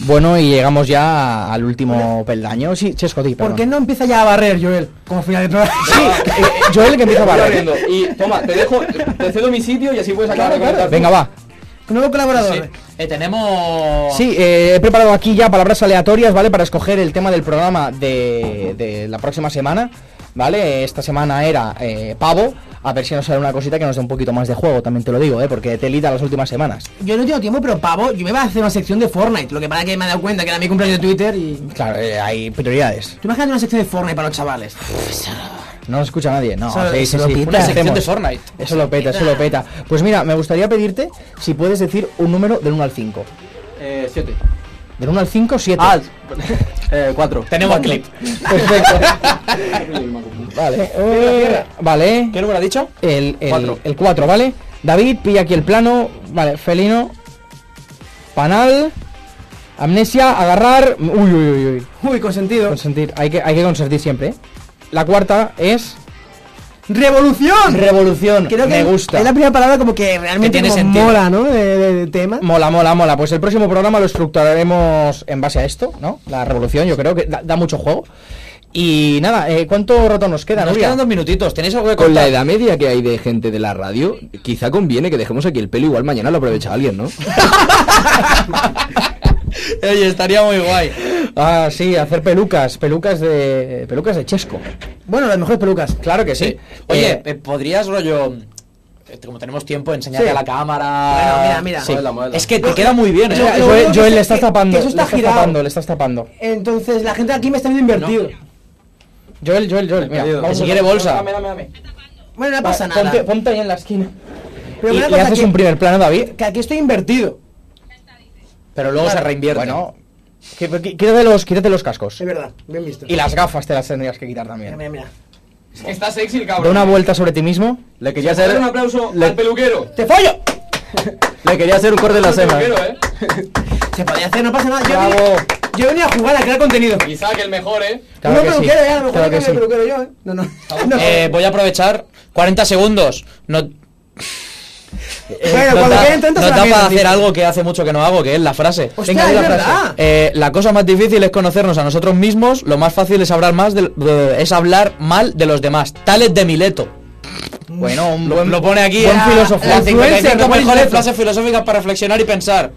Bueno, y llegamos ya al último peldaño. Sí, Chesco, di, ¿Por perdón. qué no empieza ya a barrer, Joel? Como final de programa. Sí, eh, Joel que empieza a Voy barrer. abriendo. Y toma, te dejo, te cedo mi sitio y así puedes acabar de comentar. Venga, va. Nuevo colaborador. Sí. Eh, tenemos. Sí, eh, he preparado aquí ya palabras aleatorias, ¿vale? Para escoger el tema del programa de, de la próxima semana, ¿vale? Esta semana era eh, pavo. A ver si nos sale una cosita que nos dé un poquito más de juego, también te lo digo, ¿eh? Porque te lida las últimas semanas. Yo no tengo tiempo, pero pavo, yo me iba a hacer una sección de Fortnite. Lo que pasa que me he dado cuenta que era mi cumpleaños de Twitter y. Claro, eh, hay prioridades. Tú imagínate una sección de Fortnite para los chavales. No nos escucha nadie, no. Eso- sí, eso sí, lo sí, pita. ¿qué Una sección hacemos? de Fortnite. Eso lo peta, eso lo peta. Pues mira, me gustaría pedirte si puedes decir un número del 1 al 5. Eh, siete. Del 1 al 5, 7. Eh, cuatro. Ah, Tenemos clip. Perfecto. vale. eh, vale. ¿Qué número ha dicho? El, el, Cuatro. el 4, ¿vale? David, pilla aquí el plano. Vale, felino. Panal. Amnesia, agarrar. Uy, uy, uy, uy. Uy, consentido. Consentir. Hay que, hay que consentir siempre. ¿eh? La cuarta es. ¡Revolución! Revolución. Creo que me gusta. es la primera palabra como que realmente tiene como sentido. mola, ¿no? De, de- de tema. Mola, mola, mola. Pues el próximo programa lo estructuraremos en base a esto, ¿no? La revolución, yo creo que da, da mucho juego. Y nada, eh, ¿cuánto rato nos queda, Nos Nuria? quedan dos minutitos. ¿Tenéis algo que Con la contar? edad media que hay de gente de la radio, quizá conviene que dejemos aquí el pelo igual mañana lo aprovecha alguien, ¿no? Oye, estaría muy guay. Ah, sí, hacer pelucas, pelucas de pelucas de Chesco. Bueno, las mejores pelucas. Claro que sí. Sí. Oye, Eh, eh, ¿podrías rollo.? eh, Como tenemos tiempo, enseñarte Sí. a la cámara. Bueno, mira, mira. Sí. Modela, modela. Es que te queda muy bien, Joel- ¿eh? lo Joel, único que Joel, sé le que- estás que tapando, eso está le estás girado. tapando, le estás tapando. Entonces, la gente de aquí me está viendo invertido. Joel, Joel, Joel, mira, perdido. vamos Si a- quiere bolsa. Bueno, no Ah, pasa nada. Ponte, ponte ahí en la esquina. Pero y una y cosa haces que- un primer plano, David. Que aquí estoy invertido. Pero luego se reinvierte. Bueno, que- que- quítate los, quítate los cascos. Es verdad, bien visto. Y las gafas te las tendrías que quitar también. Mira, mira, mira. Es que está sexy el Da cabrón. una vuelta sobre ti mismo. Le quería Dale hacer, un aplauso le- al peluquero. ¡Te follo! le quería hacer un corte en la cena. Peluquero, eh. Se podía hacer, no pasa nada. Yo, venía- yo venía a jugar a crear contenido. Isaac, el mejor, eh. Claro no que sí, peluquero, ya, a lo mejor me claro que cambio de sí. peluquero yo, ¿eh? No, no. no. Eh, voy a aprovechar 40 segundos. No, bueno, no cuando da- queden 30 no se la da mierda, para hacer tío. algo que hace mucho que no hago, que es la frase. Hostia, di es la frase. verdad. Eh, la cosa más difícil es conocernos a nosotros mismos, lo más fácil es hablar más del- de- es hablar mal de los demás. Tales de Mileto. Bueno, un Lo, buen- lo pone aquí. buen eh. filósofo. Las 55 Influencer, mejores Roberto. frases filosóficas para reflexionar y pensar.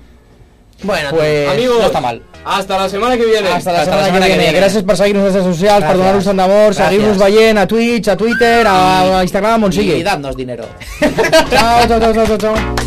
Bueno, Pues Amigos, no está mal. Hasta la semana que viene. Hasta la semana, que, viene. Gracias por seguirnos en redes sociales, Gracias. por donarnos tant amor, Gracias. seguirnos Ballén a Twitch, a Twitter, a, a Instagram, on Y sigui. dadnos dinero. Chao, chao, chao, chao, chao.